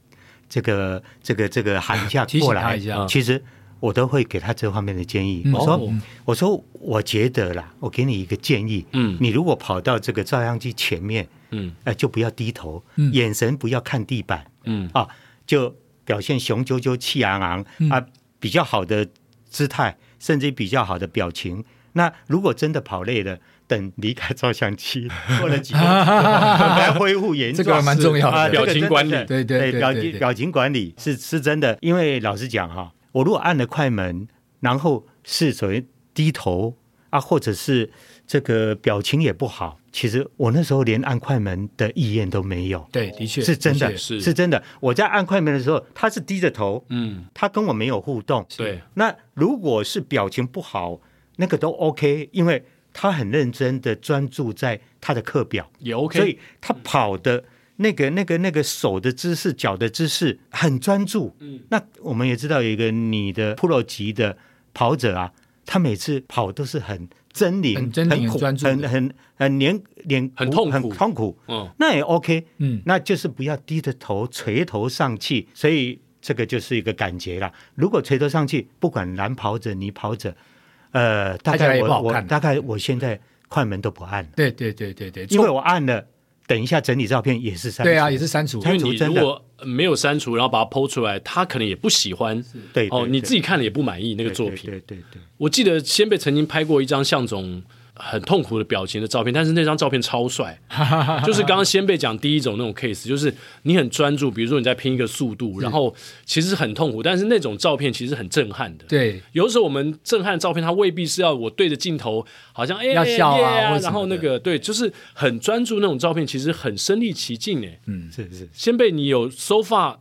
[SPEAKER 4] 这个、这个、这个喊一下
[SPEAKER 3] 提醒
[SPEAKER 4] 过
[SPEAKER 3] 他
[SPEAKER 4] 来嗯
[SPEAKER 3] 一下。
[SPEAKER 4] 其实我都会给他这方面的建议。
[SPEAKER 3] 嗯
[SPEAKER 4] 我说、
[SPEAKER 2] 哦
[SPEAKER 4] 我说，我觉得啦，我给你一个建议，
[SPEAKER 2] 嗯
[SPEAKER 4] 你如果跑到这个照相机前面，
[SPEAKER 2] 嗯
[SPEAKER 4] 呃，就不要低头，
[SPEAKER 3] 嗯
[SPEAKER 4] 眼神不要看地板，
[SPEAKER 2] 嗯
[SPEAKER 4] 啊，就表现雄赳赳、气昂昂
[SPEAKER 3] 嗯
[SPEAKER 4] 啊，比较好的姿态，甚至比较好的表情。那如果真的跑累了，等离开照相机过了 几天，来恢复原
[SPEAKER 3] 这
[SPEAKER 4] 状，
[SPEAKER 3] 个蛮重要的
[SPEAKER 4] 啊这
[SPEAKER 2] 表
[SPEAKER 4] 个
[SPEAKER 2] 情
[SPEAKER 4] 真的
[SPEAKER 2] 管理
[SPEAKER 4] 是
[SPEAKER 3] 对对对
[SPEAKER 4] 表
[SPEAKER 3] 对
[SPEAKER 4] 情
[SPEAKER 3] 对
[SPEAKER 4] 表情管理是是真的，因为老实讲哈，我如果按了快门，然后是所谓低头啊，或者是这个表情也不好，其实我那时候连按快门的意愿都没有。
[SPEAKER 3] 对，的确
[SPEAKER 4] 是真的，
[SPEAKER 3] 确
[SPEAKER 2] 是
[SPEAKER 4] 是真的。我在按快门的时候，他是低着头，
[SPEAKER 2] 嗯，
[SPEAKER 4] 他跟我没有互动。
[SPEAKER 2] 对，
[SPEAKER 4] 那如果是表情不好，那个都 OK，因为他很认真的专注在他的课表
[SPEAKER 2] 也 OK。
[SPEAKER 4] 所以他跑的那个、那个、那个手的姿势、脚的姿势很专注。嗯，那我们也知道有一个你的 pro 级的跑者啊，他每次跑都是很狰狞、
[SPEAKER 3] 很狰狞很
[SPEAKER 4] 苦
[SPEAKER 3] 专注的
[SPEAKER 4] 很很很脸脸
[SPEAKER 2] 很痛苦
[SPEAKER 4] 很痛苦。
[SPEAKER 2] 嗯，
[SPEAKER 4] 那也 OK，
[SPEAKER 3] 嗯
[SPEAKER 4] 那就是不要低着头垂头丧气，所以这个就是一个感觉啦。如果垂头丧气，不管男跑者、女跑者，呃，大
[SPEAKER 3] 看起来
[SPEAKER 4] 概
[SPEAKER 3] 也不
[SPEAKER 4] 我
[SPEAKER 3] 好
[SPEAKER 4] 我
[SPEAKER 3] 看
[SPEAKER 4] 大概我现在快门都不按了，
[SPEAKER 3] 对对对对对，
[SPEAKER 4] 因为
[SPEAKER 3] 错
[SPEAKER 4] 我按了，等一下整理照片也是删除
[SPEAKER 3] 对啊也是删除，
[SPEAKER 2] 因为
[SPEAKER 4] 删除
[SPEAKER 2] 你
[SPEAKER 4] 真
[SPEAKER 2] 如
[SPEAKER 4] 的
[SPEAKER 2] 果没有删除，然后把它剖出来，他可能也不喜欢。
[SPEAKER 4] 对对
[SPEAKER 2] 哦，
[SPEAKER 4] 对
[SPEAKER 2] 你自己看了也不满意那
[SPEAKER 4] 对
[SPEAKER 2] 个作
[SPEAKER 4] 对
[SPEAKER 2] 品。
[SPEAKER 4] 对对对，
[SPEAKER 2] 我记得先辈曾经拍过一张向总很痛苦的表情的照片，但是那张照片超 帅，就是刚刚先辈讲第一种那种 case，就是你很专注，比如说你在拼一个速度，然后其实很痛苦，但是那种照片其实很震撼的。
[SPEAKER 3] 对，
[SPEAKER 2] 有的时候我们震撼的照片，它未必是要我对着镜头，好像哎
[SPEAKER 3] 要笑啊
[SPEAKER 2] 耶
[SPEAKER 3] 或者什
[SPEAKER 2] 然
[SPEAKER 3] 么
[SPEAKER 2] 后那
[SPEAKER 3] 的
[SPEAKER 2] 个对，就是很专注那种照片，其实很身临其境哎。
[SPEAKER 3] 嗯
[SPEAKER 4] 是是，
[SPEAKER 2] 先辈，你有 so far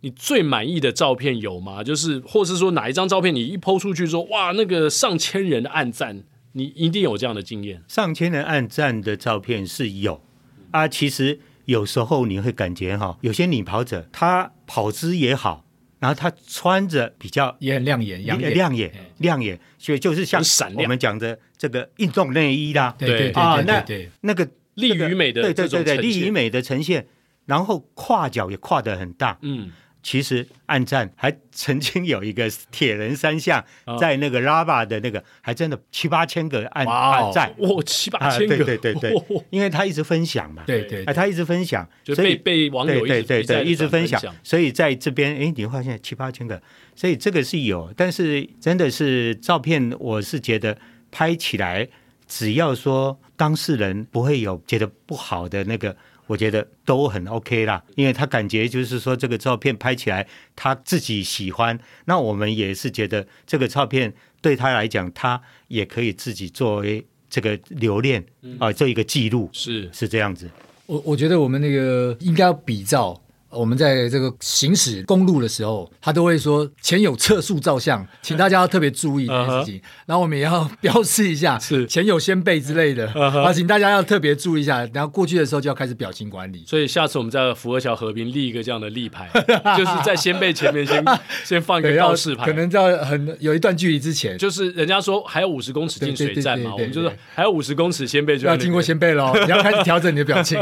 [SPEAKER 2] 你最满意的照片有吗？就是或是说哪一张照片你一抛出去说哇，那个上千人的暗赞，你一定有这样的经验。
[SPEAKER 4] 上千人暗赞的照片是有啊，其实有时候你会感觉哈，有些女跑者她跑姿也好，然后她穿着比较
[SPEAKER 5] 也很亮眼，养眼，
[SPEAKER 4] 呃亮眼亮眼，所以就是像
[SPEAKER 2] 哎很闪亮
[SPEAKER 4] 我们讲的这个运动内衣啦，
[SPEAKER 5] 对对对
[SPEAKER 4] 啊
[SPEAKER 5] 对
[SPEAKER 4] 那
[SPEAKER 5] 对对，
[SPEAKER 4] 那个
[SPEAKER 2] 利于美的
[SPEAKER 4] 对
[SPEAKER 2] 这
[SPEAKER 4] 对
[SPEAKER 2] 种
[SPEAKER 4] 对
[SPEAKER 2] 呈
[SPEAKER 4] 对，
[SPEAKER 2] 现，
[SPEAKER 4] 利于美的呈现，然后跨脚也跨得很大。
[SPEAKER 2] 嗯，
[SPEAKER 4] 其实暗战还曾经有一个铁人三项
[SPEAKER 2] 哦，
[SPEAKER 4] 在那个拉巴的那个，还真的七八千个暗
[SPEAKER 2] 哇
[SPEAKER 4] 暗
[SPEAKER 2] 哦
[SPEAKER 4] 战，
[SPEAKER 2] 哇七八
[SPEAKER 4] 啊，
[SPEAKER 2] 千个，
[SPEAKER 4] 对对对
[SPEAKER 2] 哇
[SPEAKER 4] 对，因为他一直分享嘛，
[SPEAKER 5] 对对
[SPEAKER 2] 哎
[SPEAKER 4] 啊，他一直分享，
[SPEAKER 2] 就
[SPEAKER 4] 所
[SPEAKER 2] 被
[SPEAKER 4] 以
[SPEAKER 2] 被网友一
[SPEAKER 4] 对
[SPEAKER 2] 直
[SPEAKER 4] 对
[SPEAKER 2] 一再
[SPEAKER 4] 对
[SPEAKER 2] 地
[SPEAKER 4] 对，一直分
[SPEAKER 2] 享
[SPEAKER 4] 享，所以在这边，哎，你会发现七八千个，所以这个是有，但是真的是照片，我是觉得拍起来，只要说当事人不会有觉得不好的那个。我觉得都很 OK 啦，因为他感觉就是说这个照片拍起来他自己喜欢，那我们也是觉得这个照片对他来讲，他也可以自己作为这个留恋
[SPEAKER 2] 嗯
[SPEAKER 4] 啊、做一个记录，
[SPEAKER 2] 是
[SPEAKER 4] 是这样子。
[SPEAKER 5] 我我觉得我们那个应该要比照。我们在这个行驶公路的时候，他都会说前有测速照相，请大家要特别注意这件事情。然后我们也要 标示一下，
[SPEAKER 2] 嗯是
[SPEAKER 5] 前有先辈之类的，
[SPEAKER 2] 嗯哼
[SPEAKER 5] 啊，请大家要特别注意一下。然后过去的时候就要开始表情管理。
[SPEAKER 2] 所以下次我们在福和桥河边立一个这样的立牌，就是在先辈前面 先先放一
[SPEAKER 5] 对，
[SPEAKER 2] 个
[SPEAKER 5] 要
[SPEAKER 2] 告示牌，
[SPEAKER 5] 可能在很有一段距离之前，
[SPEAKER 2] 就是人家说还有五十公尺进水站嘛，我
[SPEAKER 5] 对对对对对
[SPEAKER 2] 们就是还有五十公尺先辈就在
[SPEAKER 5] 要
[SPEAKER 2] 那
[SPEAKER 5] 经过
[SPEAKER 2] 边
[SPEAKER 5] 先辈 喽，你要开始调整你的表情。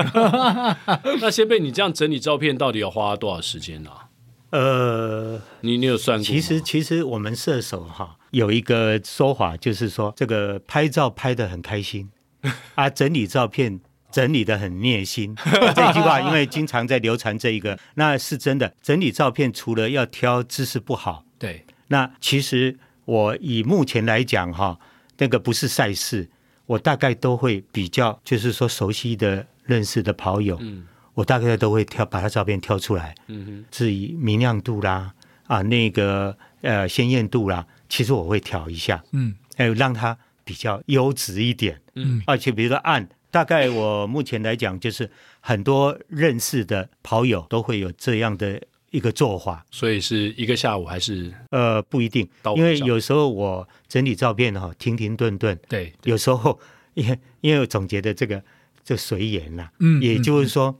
[SPEAKER 2] 那先辈，你这样整理照片到底要花多少时间呢、啊？
[SPEAKER 4] 呃，
[SPEAKER 2] 你你有算过吗？
[SPEAKER 4] 其实其实我们射手哈有一个说法，就是说这个拍照拍得很开心啊，整理照片。整理得很虐心，这句话因为经常在流传这一个，那是真的。整理照片除了要挑姿势不好，
[SPEAKER 5] 对，
[SPEAKER 4] 那其实我以目前来讲哈，那个不是赛事，我大概都会比较，就是说熟悉的、认识的跑友，
[SPEAKER 2] 嗯
[SPEAKER 4] 我大概都会挑把他照片挑出来，
[SPEAKER 2] 嗯
[SPEAKER 4] 至于明亮度啦，啊，那个呃鲜艳度啦，其实我会调一下，
[SPEAKER 5] 嗯，
[SPEAKER 4] 哎，让它比较优质一点，
[SPEAKER 2] 嗯，
[SPEAKER 4] 而且比如说暗。大概我目前来讲，就是很多认识的跑友都会有这样的一个做法，
[SPEAKER 2] 哼，所以是一个下午还是
[SPEAKER 4] 呃，不一定
[SPEAKER 2] 到，
[SPEAKER 4] 因为
[SPEAKER 2] 晚上
[SPEAKER 4] 有时候我整理照片哈、停停顿顿，
[SPEAKER 5] 对，
[SPEAKER 4] 有时候因为因为我总觉得这个这随缘啦、
[SPEAKER 5] 嗯
[SPEAKER 4] 也就是说，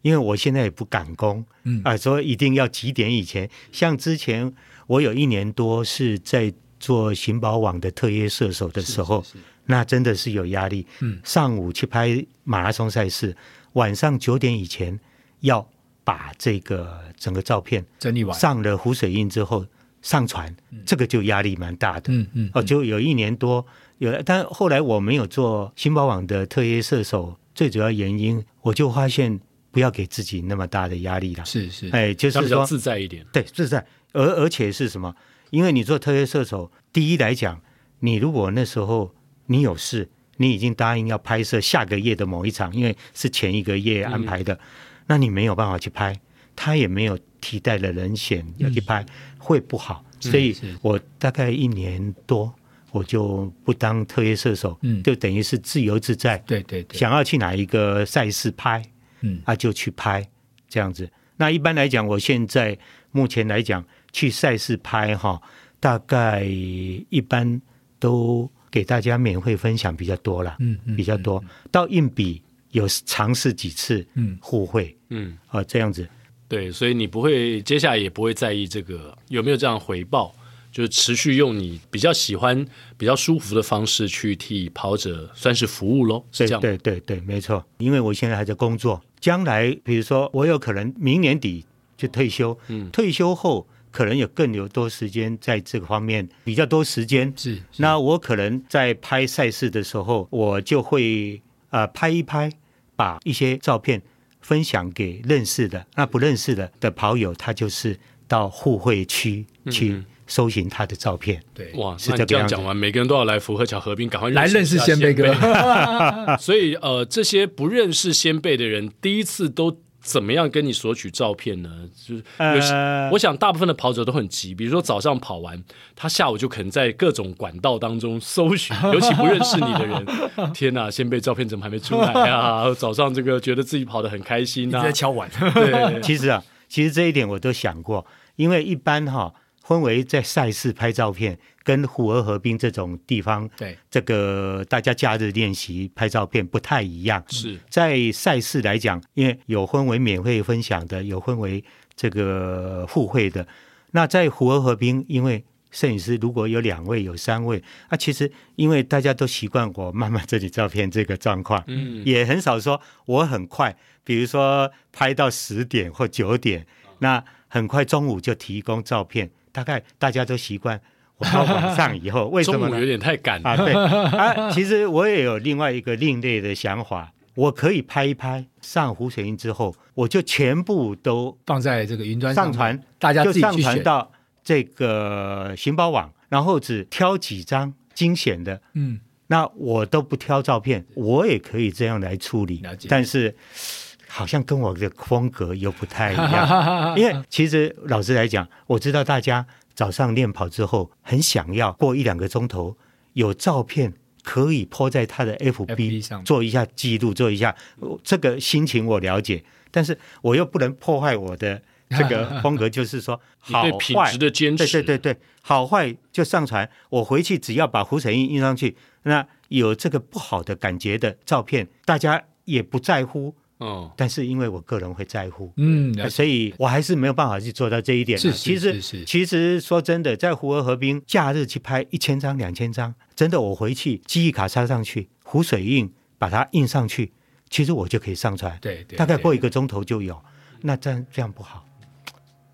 [SPEAKER 4] 因为我现在也不赶工，
[SPEAKER 5] 嗯
[SPEAKER 4] 啊，说一定要几点以前。像之前我有一年多是在做寻宝网的特约射手的时候，那真的是有压力。
[SPEAKER 5] 嗯，
[SPEAKER 4] 上午去拍马拉松赛事，晚上九点以前要把这个整个照片
[SPEAKER 5] 整理完，
[SPEAKER 4] 上了湖水印之后上传，这个就压力蛮大的。
[SPEAKER 5] 嗯嗯，
[SPEAKER 4] 哦，就有一年多有，但后来我没有做新宝网的特约射手，最主要原因我就发现不要给自己那么大的压力了。
[SPEAKER 5] 是是，
[SPEAKER 4] 哎，就
[SPEAKER 2] 他
[SPEAKER 4] 是
[SPEAKER 2] 比较
[SPEAKER 4] 说，
[SPEAKER 2] 自在一点？
[SPEAKER 4] 对，是在，而而且是什么？因为你做特约射手，第一来讲，你如果那时候你有事，你已经答应要拍摄下个月的某一场，因为是前一个月安排的，那你没有办法去拍，他也没有替代的人选要去拍， 会不好。所以我大概一年多，我就不当特约射手，
[SPEAKER 5] 嗯
[SPEAKER 4] 就等于是自由自在，
[SPEAKER 5] 对对对，
[SPEAKER 4] 想要去哪一个赛事拍，
[SPEAKER 5] 嗯
[SPEAKER 4] 啊就去拍这样子。那一般来讲，我现在目前来讲去赛事拍哈，大概一般都给大家免费分享比较多啦，
[SPEAKER 5] 嗯嗯
[SPEAKER 4] 比较多。到硬比有尝试几次，
[SPEAKER 5] 嗯
[SPEAKER 4] 互惠
[SPEAKER 2] 嗯，
[SPEAKER 4] 啊这样子，
[SPEAKER 2] 对，所以你不会接下来也不会在意这个有没有这样的回报，就是持续用你比较喜欢、比较舒服的方式去替跑者算是服务喽，是
[SPEAKER 4] 对
[SPEAKER 2] 这样吗？
[SPEAKER 4] 对对对，没错。因为我现在还在工作，将来比如说我有可能明年底就退休，
[SPEAKER 2] 嗯
[SPEAKER 4] 退休后可能有更有多时间在这个方面比较多时间
[SPEAKER 5] 是是
[SPEAKER 4] 那我可能在拍赛事的时候，我就会呃拍一拍，把一些照片分享
[SPEAKER 2] 嗯
[SPEAKER 4] 给认识的，那不认识的的跑友，他就是到互惠区去搜寻他的照片。
[SPEAKER 5] 对，
[SPEAKER 2] 哇，
[SPEAKER 4] 是
[SPEAKER 2] 那你
[SPEAKER 4] 这个
[SPEAKER 2] 这样
[SPEAKER 4] 样子
[SPEAKER 2] 讲完，每个人都要来福和巧合冰，赶快
[SPEAKER 5] 来认识
[SPEAKER 2] 一下
[SPEAKER 5] 先辈哥。
[SPEAKER 2] 所以呃，这些不认识先辈的人，第一次都怎么样跟你索取照片呢？就是有些、
[SPEAKER 4] 呃
[SPEAKER 2] 我想大部分的跑者都很急，比如说早上跑完，他下午就可能在各种管道当中搜 寻，尤其不认识你的人。天哪，先辈照片怎么还没出来啊？早上这个觉得自己跑得很开心
[SPEAKER 5] 一
[SPEAKER 2] 啊
[SPEAKER 5] 直在，敲 碗，
[SPEAKER 2] 对，
[SPEAKER 4] 其实啊，其实这一点我都想过，因为一般哈、婚维在赛事拍照片，跟虎儿河滨这种地方，
[SPEAKER 5] 对，
[SPEAKER 4] 这个大家假日练习拍照片不太一样。
[SPEAKER 2] 是
[SPEAKER 4] 在赛事来讲，因为有婚为免费分享的，有婚为这个互惠的。那在虎儿河滨，因为摄影师如果有两位、有三位，啊，其实因为大家都习惯我慢慢整理照片这个状况，
[SPEAKER 2] 嗯，
[SPEAKER 4] 也很少说我很快，比如说拍到十点或九点，
[SPEAKER 2] 哦
[SPEAKER 4] 那很快中午就提供照片，大概大家都习惯。我到晚 上以后，为什
[SPEAKER 2] 中
[SPEAKER 4] 么
[SPEAKER 2] 午
[SPEAKER 4] 呢
[SPEAKER 2] 有？点太赶了，
[SPEAKER 4] 啊，对啊，其实我也有另外一个另类的想法，我可以拍一拍上湖水印之后，我就全部都
[SPEAKER 5] 放在这个云端
[SPEAKER 4] 上
[SPEAKER 5] 上，
[SPEAKER 4] 传，
[SPEAKER 5] 大家
[SPEAKER 4] 就
[SPEAKER 5] 自己
[SPEAKER 4] 上
[SPEAKER 5] 去
[SPEAKER 4] 传
[SPEAKER 5] 选。
[SPEAKER 4] 到这个寻宝网，然后只挑几张精选的。
[SPEAKER 5] 嗯，
[SPEAKER 4] 那我都不挑照片，我也可以这样来处理
[SPEAKER 5] 了解。
[SPEAKER 4] 但是好像跟我的风格又不太 一样，因为其实老实来讲，我知道大家早上练跑之后，很想要过一两个钟头有照片。可以抛在他的
[SPEAKER 5] FB
[SPEAKER 4] FB
[SPEAKER 5] 上面
[SPEAKER 4] 做一下记录，做一下我这个心情我了解，但是我又不能破坏我的这个风格，就是说
[SPEAKER 2] 你
[SPEAKER 4] 好
[SPEAKER 2] 对
[SPEAKER 4] 坏
[SPEAKER 2] 品质的坚持，
[SPEAKER 4] 对对对对，好坏就上传。我回去只要把胡水印印上去，那有这个不好的感觉的照片，大家也不在乎。
[SPEAKER 2] 嗯，
[SPEAKER 4] 但是因为我个人会在乎，呃
[SPEAKER 5] 嗯，了解
[SPEAKER 4] 所以我还是没有办法去做到这一点啊。
[SPEAKER 5] 是是
[SPEAKER 4] 其
[SPEAKER 5] 是
[SPEAKER 4] 实
[SPEAKER 5] 是
[SPEAKER 4] 其实说真的，在湖河河滨假日去拍一千张、两千张，真的我回去记忆卡插上去，湖水印把它印上去，其实我就可以上传。
[SPEAKER 5] 对对，
[SPEAKER 4] 大概
[SPEAKER 5] 对
[SPEAKER 4] 过一个钟头就有。那这样这样不好，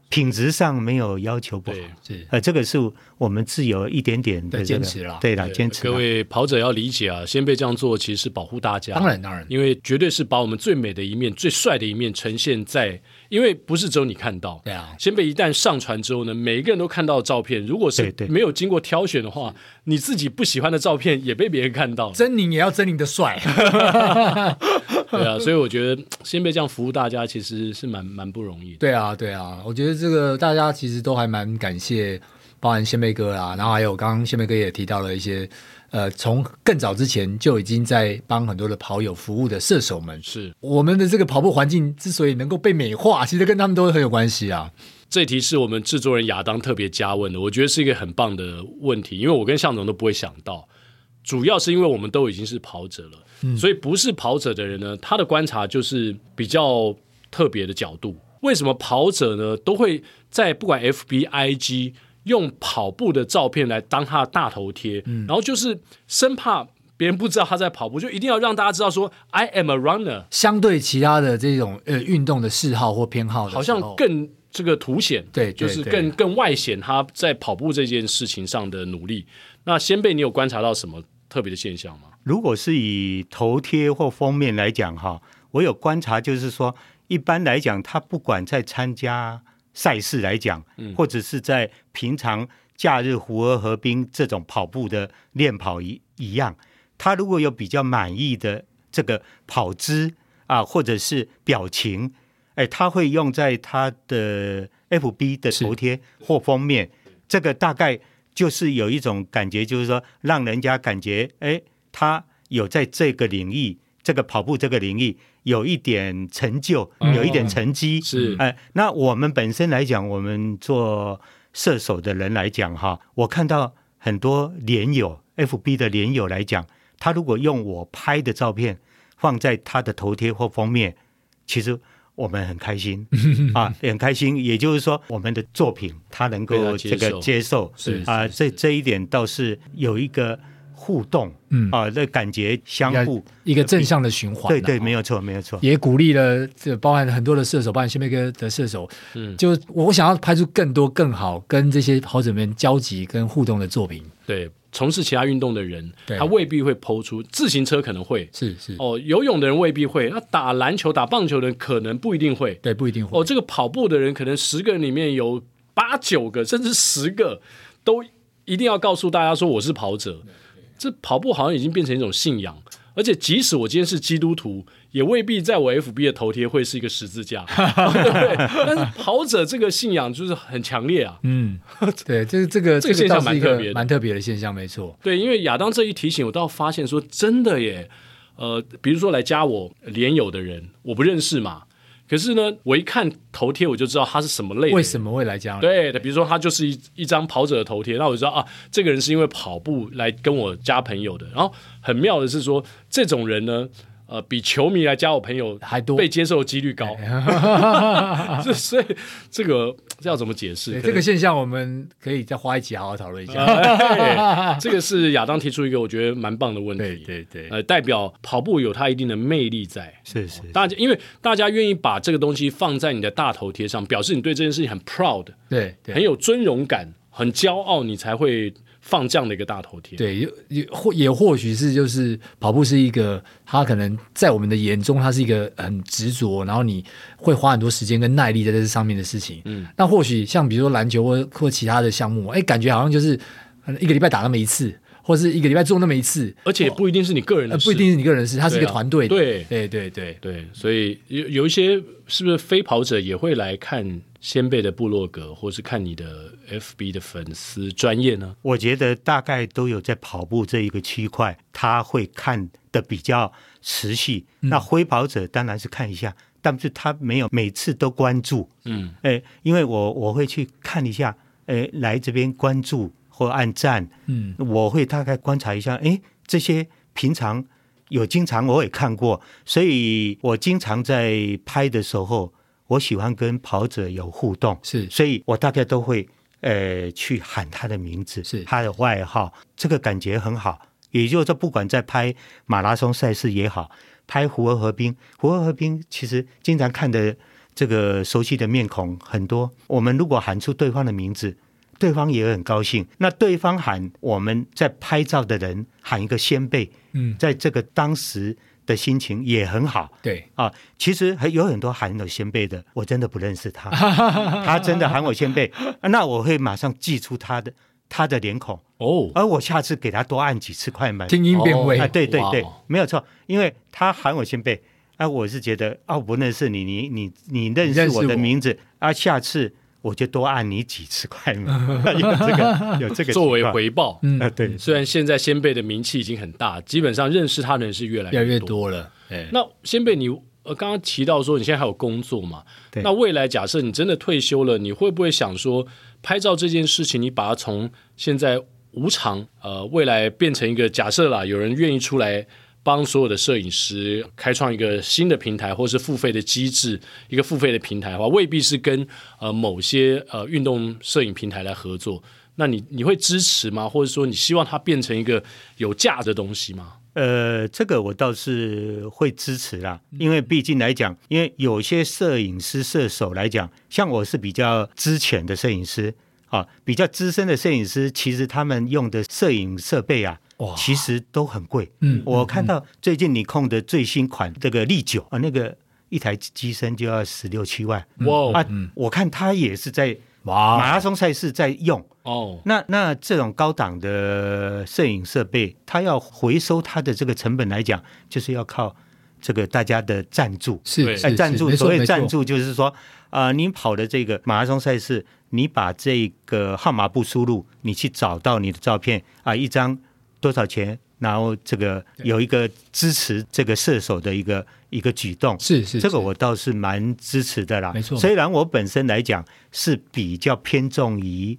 [SPEAKER 4] 品质上没有要求不好。
[SPEAKER 2] 对。
[SPEAKER 5] 是
[SPEAKER 4] 呃，这个是我们自由一点点的
[SPEAKER 5] 对
[SPEAKER 4] 这个
[SPEAKER 5] 坚持啦
[SPEAKER 4] 对啦，
[SPEAKER 2] 对
[SPEAKER 4] 坚持啦。
[SPEAKER 2] 各位跑者要理解啊，先辈这样做其实是保护大家，
[SPEAKER 5] 当然当然，
[SPEAKER 2] 因为绝对是把我们最美的一面、最帅的一面呈现在，因为不是只有你看到。
[SPEAKER 5] 对啊，
[SPEAKER 2] 先被一旦上传之后呢，每一个人都看到照片。如果是
[SPEAKER 4] 对对
[SPEAKER 2] 没有经过挑选的话，你自己不喜欢的照片也被别人看到了。
[SPEAKER 5] 狰狞也要狰狞的帅，
[SPEAKER 2] 对啊，所以我觉得先被这样服务大家，其实是蛮蛮不容易的。
[SPEAKER 5] 对啊，对啊，我觉得这个大家其实都还蛮感谢，包含宪妹哥啦，然后还有刚刚宪妹哥也提到了一些，呃，从更早之前就已经在帮很多的跑友服务的射手们。
[SPEAKER 2] 是
[SPEAKER 5] 我们的这个跑步环境之所以能够被美化，其实跟他们都很有关系啊。
[SPEAKER 2] 这题是我们制作人亚当特别加问的，我觉得是一个很棒的问题，因为我跟向总都不会想到，主要是因为我们都已经是跑者了，所以不是跑者的人呢，他的观察就是比较特别的角度。为什么跑者呢都会在不管 FB、IG 用跑步的照片来当他的大头贴，然后就是生怕别人不知道他在跑步，就一定要让大家知道说 I am a runner，
[SPEAKER 5] 相对其他的这种呃运动的嗜好或偏好的时候，
[SPEAKER 2] 好像更这个凸显，
[SPEAKER 5] 对对
[SPEAKER 2] 就是
[SPEAKER 5] 对
[SPEAKER 2] 更更外显他在跑步这件事情上的努力。那先辈，你有观察到什么特别的现象吗？
[SPEAKER 4] 如果是以头贴或封面来讲哈，我有观察，就是说，一般来讲，他不管在参加赛事来讲，或者是在平常假日湖儿河滨这种跑步的练跑一一样，他如果有比较满意的这个跑姿啊，或者是表情，哎，他会用在他的 FB 的头贴或封面，这个大概就是有一种感觉，就是说让人家感觉，哎，他有在这个领域，这个跑步这个领域有一点成就，
[SPEAKER 2] 嗯
[SPEAKER 4] 有一点成绩。
[SPEAKER 2] 是
[SPEAKER 4] 哎，那我们本身来讲，我们做射手的人来讲，哈，我看到很多连友 FB 的连友来讲，他如果用我拍的照片放在他的头贴或封面，其实。我们很 开心啊，也很开心。也就是说，我们的作品他能
[SPEAKER 2] 被他
[SPEAKER 4] 够
[SPEAKER 2] 接
[SPEAKER 4] 这个
[SPEAKER 2] 受
[SPEAKER 4] 接受，
[SPEAKER 2] 是
[SPEAKER 4] 啊，这这一点倒是有一个互动，
[SPEAKER 5] 嗯
[SPEAKER 4] 啊，那感觉相互，
[SPEAKER 5] 一个正向的循环啊、
[SPEAKER 4] 对对，
[SPEAKER 2] 哦
[SPEAKER 4] 没有错，没有错，
[SPEAKER 5] 也鼓励了这包含很多的射手，包含新贝哥的射手，嗯，就我想要拍出更多更好跟这些好姐妹交集跟互动的作品，
[SPEAKER 2] 对，从事其他运动的人，
[SPEAKER 5] 对
[SPEAKER 2] 他未必会抛出自行车可能会
[SPEAKER 5] 是是，
[SPEAKER 2] 哦，游泳的人未必会，那打篮球、打棒球的人可能不一定会哦
[SPEAKER 5] 对，不一定会，
[SPEAKER 2] 哦，这个跑步的人可能十个人里面有八九个甚至十个都一定要告诉大家说我是跑者。这跑步好像已经变成一种信仰，而且即使我今天是基督徒，也未必在我 FB 的头贴会是一个十字架，对不对？但是跑者这个信仰就是很强烈啊。
[SPEAKER 3] 嗯，对，这这个
[SPEAKER 2] 这个现象
[SPEAKER 3] 倒是一
[SPEAKER 2] 蛮特
[SPEAKER 3] 个
[SPEAKER 2] 别的
[SPEAKER 3] 蛮特别的现象，没错。
[SPEAKER 2] 对，因为亚当这一提醒，我倒发现说真的耶，呃，比如说来加我连友的人，我不认识嘛，可是呢，我一看头贴我就知道他是什么类的人
[SPEAKER 3] 为什么会来加入？
[SPEAKER 2] 对的，比如说他就是一一张跑者的头贴，那我就知道啊，这个人是因为跑步来跟我加朋友的。然后很妙的是说，这种人呢，呃，比球迷来加我朋友
[SPEAKER 3] 还多哎
[SPEAKER 2] 被接受的几率高。这 所以这个这要怎么解释？
[SPEAKER 3] 对，
[SPEAKER 2] 可
[SPEAKER 3] 这
[SPEAKER 2] 能
[SPEAKER 3] 个现象我们可以再花一期好好讨论一下。
[SPEAKER 2] 啊哎这个是亚当提出一个我觉得蛮棒的问题。
[SPEAKER 3] 对对对，
[SPEAKER 2] 呃，代表跑步有它一定的魅力在。
[SPEAKER 4] 是是，
[SPEAKER 2] 大家因为大家愿意把这个东西放在你的大头贴上，表示你对这件事情很 proud。
[SPEAKER 3] 对
[SPEAKER 2] 很
[SPEAKER 3] 对
[SPEAKER 2] 有尊荣感、很骄傲，你才会放这样的一个大头贴。
[SPEAKER 3] 对，也也或也或许是就是跑步是一个，它可能在我们的眼中，它是一个很执着，然后你会花很多时间跟耐力在这上面的事情。嗯，那或许像比如说篮球或或其他的项目，哎，感觉好像就是可能一个礼拜打那么一次，或是一个礼拜做那么一次，
[SPEAKER 2] 而且也哦不一定是你个人
[SPEAKER 3] 呃
[SPEAKER 2] 的，事，
[SPEAKER 3] 不一定是你个人是，它是一个
[SPEAKER 2] 对啊
[SPEAKER 3] 团队的。
[SPEAKER 2] 对
[SPEAKER 3] 对对对，
[SPEAKER 2] 对。所以有有一些是不是非跑者也会来看先辈的部落格，或是看你的 FB 的粉丝专业呢？
[SPEAKER 4] 我觉得大概都有在跑步这一个区块，他会看的比较持续。那挥跑者当然是看一下，但是他没有每次都关注。
[SPEAKER 2] 嗯，
[SPEAKER 4] 哎，因为我我会去看一下，哎，来这边关注或按赞，
[SPEAKER 3] 嗯，
[SPEAKER 4] 我会大概观察一下，哎，这些平常有经常我也看过，所以我经常在拍的时候，我喜欢跟跑者有互动，
[SPEAKER 3] 是
[SPEAKER 4] 所以我大概都会呃去喊他的名字，
[SPEAKER 3] 是
[SPEAKER 4] 他的外号，这个感觉很好。也就是说，不管在拍马拉松赛事也好，拍湖河河滨，湖河河滨其实经常看的这个熟悉的面孔很多。我们如果喊出对方的名字，对方也很高兴。那对方喊我们在拍照的人喊一个先辈，
[SPEAKER 3] 嗯，
[SPEAKER 4] 在这个当时的心情也很好。
[SPEAKER 3] 对，
[SPEAKER 4] 啊，其实还有很多喊我先辈的，我真的不认 识他，他真的喊我先辈，那我会马上记住他的他的脸孔，
[SPEAKER 2] 哦，
[SPEAKER 4] 而我下次给他多按几次快门。
[SPEAKER 3] 听音辨位
[SPEAKER 4] 啊，，对对对
[SPEAKER 2] 哇哦，
[SPEAKER 4] 没有错，因为他喊我先辈，啊，我是觉得啊，我不认识你，你你你认
[SPEAKER 3] 认
[SPEAKER 4] 识
[SPEAKER 3] 识
[SPEAKER 4] 我的
[SPEAKER 3] 我
[SPEAKER 4] 名字，啊，下次我就多按你几次快门， 有这个有这个
[SPEAKER 2] 作为
[SPEAKER 4] 情况
[SPEAKER 2] 回报。
[SPEAKER 3] 嗯
[SPEAKER 4] 啊，，对，
[SPEAKER 2] 虽然现在先辈的名气已经很大，基本上认识他的人是越来
[SPEAKER 3] 越来
[SPEAKER 2] 越
[SPEAKER 3] 越多了。哎，
[SPEAKER 2] 那先辈你，呃刚刚提到说你现在还有工作嘛？
[SPEAKER 4] 对
[SPEAKER 2] 那未来假设你真的退休了，你会不会想说，拍照这件事情，你把它从现在无偿，呃，未来变成一个假设啦，有人愿意出来。帮所有的摄影师开创一个新的平台，或是付费的机制，一个付费的平台的话，未必是跟呃某些呃运动摄影平台来合作。那你你会支持吗？或者说你希望它变成一个有价值的东西吗？
[SPEAKER 4] 呃，这个我倒是会支持啦，因为毕竟来讲，因为有些摄影师、射手来讲，像我是比较之前的摄影师啊，比较资深的摄影师，其实他们用的摄影设备啊，其实都很贵。
[SPEAKER 3] 嗯
[SPEAKER 4] 我看到最近你控的最新款这个力九啊，那个一台机身就要十六七万、
[SPEAKER 2] 哇哦
[SPEAKER 4] 啊，我看他也是在
[SPEAKER 3] 哇，
[SPEAKER 4] 马拉松赛事在用。
[SPEAKER 2] 哦，
[SPEAKER 4] 那那这种高档的摄影设备，它要回收它的这个成本来讲，就是要靠这个大家的赞助。
[SPEAKER 3] 是
[SPEAKER 2] 对
[SPEAKER 3] 是
[SPEAKER 4] 哎，赞
[SPEAKER 3] 是
[SPEAKER 4] 助，
[SPEAKER 3] 没错
[SPEAKER 4] 所谓
[SPEAKER 3] 没错
[SPEAKER 4] 赞助就是说，啊、你跑的这个马拉松赛事，你把这个号码不输入，你去找到你的照片啊、一张多少钱？然后这个有一个支持这个射手的一个一个举动，
[SPEAKER 3] 是是
[SPEAKER 4] 这个
[SPEAKER 3] 是
[SPEAKER 4] 我倒是蛮支持的啦。
[SPEAKER 3] 没错
[SPEAKER 4] 虽然我本身来讲是比较偏重于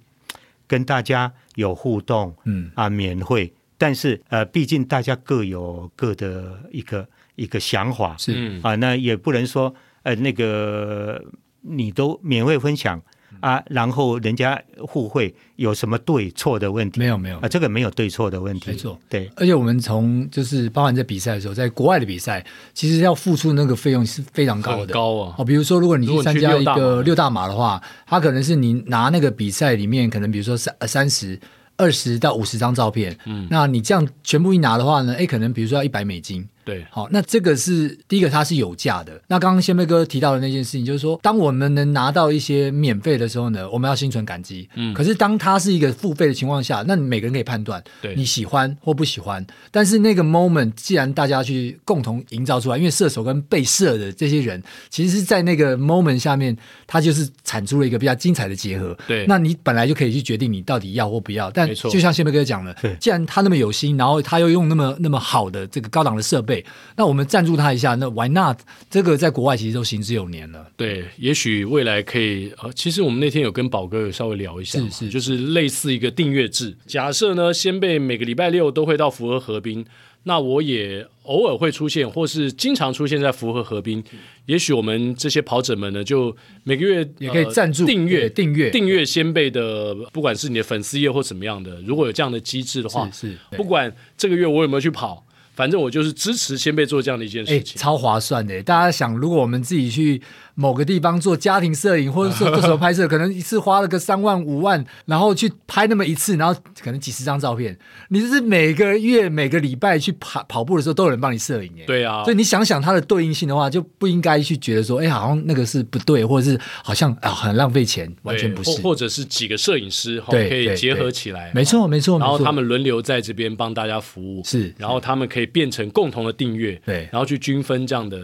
[SPEAKER 4] 跟大家有互动，
[SPEAKER 3] 嗯
[SPEAKER 4] 啊，免费，但是呃，毕竟大家各有各的一个一个想法，
[SPEAKER 3] 是
[SPEAKER 2] 嗯
[SPEAKER 4] 啊，那也不能说呃那个你都免费分享
[SPEAKER 3] 嗯
[SPEAKER 4] 啊，然后人家互惠有什么对错的问题？
[SPEAKER 3] 没有没有
[SPEAKER 4] 啊，这个没有对错的问题，
[SPEAKER 3] 没错，
[SPEAKER 4] 对。
[SPEAKER 3] 而且我们从就是包含在比赛的时候，在国外的比赛，其实要付出那个费用是非常高
[SPEAKER 2] 很
[SPEAKER 3] 的。
[SPEAKER 2] 高啊
[SPEAKER 3] 哦，比如说如果你
[SPEAKER 2] 如果
[SPEAKER 3] 去
[SPEAKER 2] 你
[SPEAKER 3] 参
[SPEAKER 2] 去
[SPEAKER 3] 加
[SPEAKER 2] 六
[SPEAKER 3] 一
[SPEAKER 2] 大马
[SPEAKER 3] 个六大马的话，它可能是你拿那个比赛里面可能比如说三呃三十。二十到五十张照片，嗯，那你这样全部一拿的话呢？哎，可能比如说要一百美金，
[SPEAKER 2] 对，
[SPEAKER 3] 好，那这个是第一个，它是有价的。那刚刚先贝哥提到的那件事情，就是说，当我们能拿到一些免费的时候呢，我们要心存感激。
[SPEAKER 2] 嗯
[SPEAKER 3] 可是当它是一个付费的情况下，那你每个人可以判断
[SPEAKER 2] 对
[SPEAKER 3] 你喜欢或不喜欢。但是那个 moment，既然大家去共同营造出来，因为射手跟被射的这些人，其实是在那个 moment 下面，它就是产出了一个比较精彩的结合。
[SPEAKER 2] 对
[SPEAKER 3] 那你本来就可以去决定你到底要或不要。但
[SPEAKER 2] 没错
[SPEAKER 3] 哎就像先贝哥讲的
[SPEAKER 4] 对，
[SPEAKER 3] 既然他那么有心，然后他又用那么那么好的这个高档的设备，那我们赞助他一下，那 why not？这个在国外其实都行之有年了。
[SPEAKER 2] 对，也许未来可以呃，其实我们那天有跟宝哥有稍微聊一下嘛，
[SPEAKER 3] 是是
[SPEAKER 2] 就是类似一个订阅制。假设呢，先辈每个礼拜六都会到福和河滨，那我也偶尔会出现，或是经常出现在福和河滨。也许我们这些跑者们呢，就每个月
[SPEAKER 3] 也可以
[SPEAKER 2] 呃
[SPEAKER 3] 赞助
[SPEAKER 2] 订阅
[SPEAKER 3] 对订阅
[SPEAKER 2] 订阅先辈的，不管是你的粉丝页或怎么样的，如果有这样的机制的话，
[SPEAKER 3] 是是对
[SPEAKER 2] 不管这个月我有没有去跑，反正我就是支持先辈做这样的一件
[SPEAKER 3] 哎，
[SPEAKER 2] 事情。
[SPEAKER 3] 超划算的！大家想，如果我们自己去某个地方做家庭摄影，或者说做什么拍摄，可能一次花了个三万五万，然后去拍那么一次，然后可能几十张照片，你就是每个月每个礼拜去跑跑步的时候，都有人帮你摄影哎。
[SPEAKER 2] 对啊，
[SPEAKER 3] 所以你想想它的对应性的话，就不应该去觉得说，哎、好像那个是不对，或者是好像啊、很浪费钱，完全
[SPEAKER 2] 对
[SPEAKER 3] 不是。
[SPEAKER 2] 或或者是几个摄影师哈，
[SPEAKER 3] 对
[SPEAKER 2] 可以
[SPEAKER 3] 对
[SPEAKER 2] 结合
[SPEAKER 3] 对
[SPEAKER 2] 起来，
[SPEAKER 3] 没错，没错，
[SPEAKER 2] 然后
[SPEAKER 3] 没错
[SPEAKER 2] 他们轮流在这边帮大家服务，
[SPEAKER 3] 是
[SPEAKER 2] 然后他们可以变成共同的订阅，
[SPEAKER 3] 对
[SPEAKER 2] 然后去均分这样的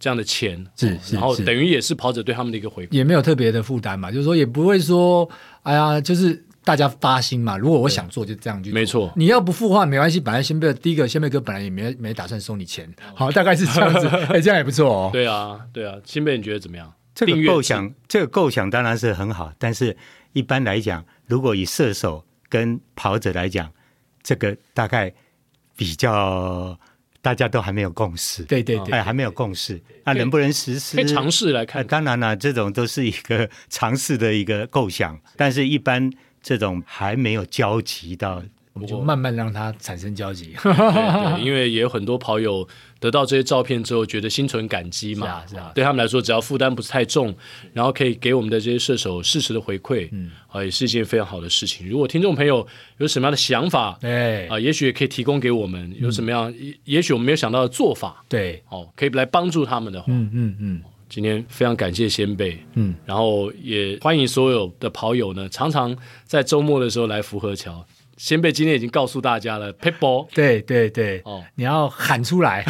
[SPEAKER 2] 这样的钱，
[SPEAKER 3] 是
[SPEAKER 2] 哦
[SPEAKER 3] 是
[SPEAKER 2] 然后
[SPEAKER 3] 是
[SPEAKER 2] 等于也是跑者对他们的一个回馈，
[SPEAKER 3] 也没有特别的负担嘛，就是说也不会说，哎呀，就是大家发心嘛。如果我想做，就这样去做。
[SPEAKER 2] 没错
[SPEAKER 3] 你要不付的话没关系，本来先贝第一个先贝哥本来也没没打算收你钱，好，大概是这样 子，哎、这样也不错哦。
[SPEAKER 2] 对啊，对啊，新贝你觉得怎么样？
[SPEAKER 4] 这
[SPEAKER 2] 订
[SPEAKER 4] 个
[SPEAKER 2] 阅
[SPEAKER 4] 构
[SPEAKER 2] 制
[SPEAKER 4] 想，这个构想当然是很好，但是一般来讲，如果以射手跟跑者来讲，这个大概比较大家都还没有共识，
[SPEAKER 3] 对对对
[SPEAKER 4] 哎，还没有共识，那
[SPEAKER 2] 可以
[SPEAKER 4] 能不能实施？
[SPEAKER 2] 可以尝试来
[SPEAKER 4] 呃，
[SPEAKER 2] 看，
[SPEAKER 4] 当然了，这种都是一个 尝试的一个构想，但是一般这种还没有交集到，
[SPEAKER 3] 我们就慢慢让它产生交集。
[SPEAKER 2] 对对， 因为也有很多跑友得到这些照片之后，觉得心存感激嘛，哦
[SPEAKER 3] 是啊是啊
[SPEAKER 2] 对他们来说，只要负担不是太重，然后可以给我们的这些射手适时的回馈，嗯，啊、也是一件非常好的事情。如果听众朋友有什么样的想法，
[SPEAKER 3] 对
[SPEAKER 2] 啊、也许也可以提供给我们，有什么
[SPEAKER 3] 嗯
[SPEAKER 2] 样，也也许我们没有想到的做法，
[SPEAKER 3] 对，
[SPEAKER 2] 哦，可以来帮助他们的话，
[SPEAKER 3] 嗯嗯嗯，
[SPEAKER 2] 今天非常感谢先辈，
[SPEAKER 3] 嗯，
[SPEAKER 2] 然后也欢迎所有的跑友呢，常常在周末的时候来福和桥。先辈今天已经告诉大家了 p i t b a l l
[SPEAKER 3] 对对对，
[SPEAKER 2] 哦
[SPEAKER 3] 你要喊 出来，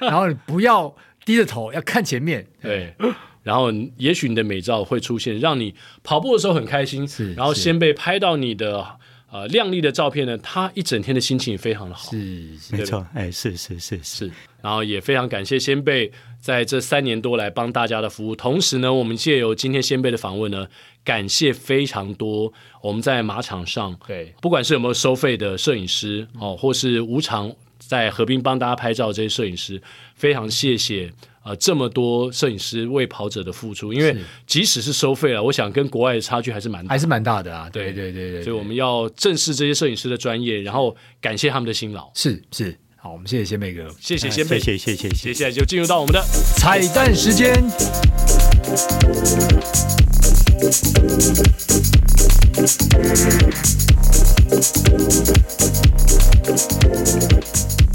[SPEAKER 3] 然后你不要低着头，要看前面。
[SPEAKER 2] 对，然后也许你的美照会出现，让你跑步的时候很开心，
[SPEAKER 3] 是
[SPEAKER 2] 然后
[SPEAKER 3] 是
[SPEAKER 2] 先被拍到你的呃靓丽的照片呢，他一整天的心情也非常的好，
[SPEAKER 3] 是是，
[SPEAKER 4] 没错，哎，是是是是，
[SPEAKER 2] 是，然后也非常感谢先辈在这三年多来帮大家的服务。同时呢，我们借由今天先辈的访问呢，感谢非常多我们在马场上，
[SPEAKER 3] 对
[SPEAKER 2] 不管是有没有收费的摄影师哦，或是无偿在河滨帮大家拍照的这些摄影师，非常谢谢。呃，这么多摄影师为跑者的付出，因为即使是收费了，啊我想跟国外的差距还是蛮大
[SPEAKER 3] 还
[SPEAKER 2] 的，
[SPEAKER 3] 是蛮大的啊。
[SPEAKER 2] 对
[SPEAKER 3] 对对对对，
[SPEAKER 2] 所以我们要正视这些摄影师的专业，然后感谢他们的辛劳。
[SPEAKER 3] 是是，好，我们谢谢先贝哥。
[SPEAKER 2] 谢谢
[SPEAKER 4] 哎
[SPEAKER 2] 先辈，
[SPEAKER 4] 谢谢谢谢
[SPEAKER 2] 接
[SPEAKER 4] 谢谢，
[SPEAKER 2] 下来就进入到我们的
[SPEAKER 3] 彩蛋时间，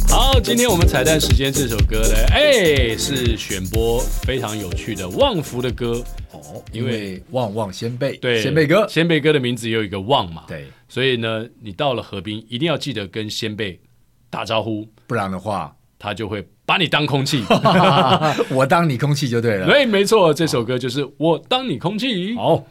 [SPEAKER 2] 好，今天我们彩蛋时间这首歌呢，哎，是选播非常有趣的旺福的歌。
[SPEAKER 3] 哦，
[SPEAKER 2] 因
[SPEAKER 3] 因
[SPEAKER 2] 为
[SPEAKER 3] 为旺旺先贝，
[SPEAKER 2] 对，
[SPEAKER 3] 先贝哥，
[SPEAKER 2] 先贝哥的名字也有一个旺嘛，，
[SPEAKER 3] 对，
[SPEAKER 2] 所以呢，你到了河滨一定要记得跟先贝打招呼，
[SPEAKER 3] 不然的 话，
[SPEAKER 2] 他就会把你当 空气。
[SPEAKER 3] 我当你空气就对了。
[SPEAKER 2] 对，没错，这首歌就是我当你空气。
[SPEAKER 3] 好，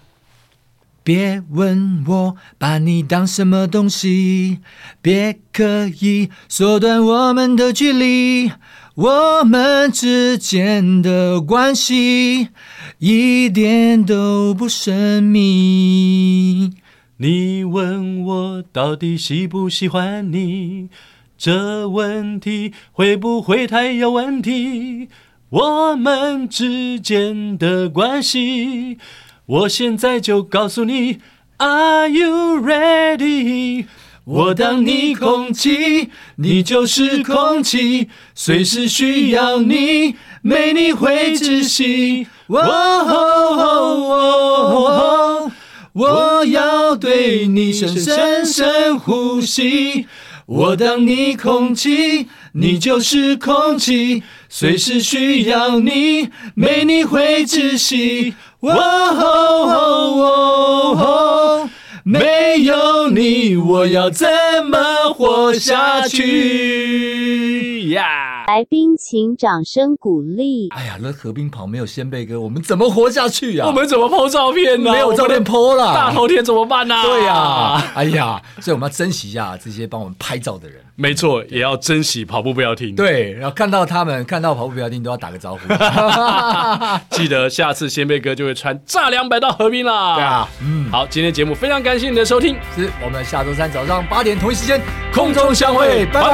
[SPEAKER 3] 别问我把你当什么东西，别刻意缩短我们的距离，我们之间的关系一点都不神秘。
[SPEAKER 2] 你问我到底喜不喜欢你，这问题会不会太有问题？我们之间的关系，我现在就告诉你，Are you ready？我当你空气，你就是空气，随时需要你，没你会窒息。
[SPEAKER 3] 哦哦哦哦！我要对你深深深呼吸，我当你空气，你就是空气，随时需要你，没你会窒息。哦哦哦哦，没有你，我要怎么活下去呀
[SPEAKER 6] 来宾请掌声鼓励。
[SPEAKER 5] 哎呀，那河滨旁没有鲜贝哥，我们怎么活下去呀、
[SPEAKER 2] 我们怎么 PO 照片呢、
[SPEAKER 5] 没有照
[SPEAKER 2] 我们
[SPEAKER 5] 片
[SPEAKER 2] 的
[SPEAKER 5] PO 啦，
[SPEAKER 2] 大头贴啊怎么办呢、
[SPEAKER 5] 对呀、，哎呀，所以我们要珍惜一下这些帮我们拍照的人。
[SPEAKER 2] 没错，也要珍惜跑步不要停。，
[SPEAKER 5] 对，啊然后看到他们，看到跑步标定都要打个招呼。 对
[SPEAKER 2] 记得下次先辈哥就会穿炸两百到河滨啦。
[SPEAKER 5] 啊，嗯，
[SPEAKER 2] 好，今天节目非常感谢你的收听，
[SPEAKER 5] 是我们下周三早上八点同一时间空中
[SPEAKER 2] 空中
[SPEAKER 5] 相
[SPEAKER 2] 相
[SPEAKER 5] 会，
[SPEAKER 2] 会，
[SPEAKER 5] 拜拜
[SPEAKER 2] 拜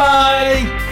[SPEAKER 2] 拜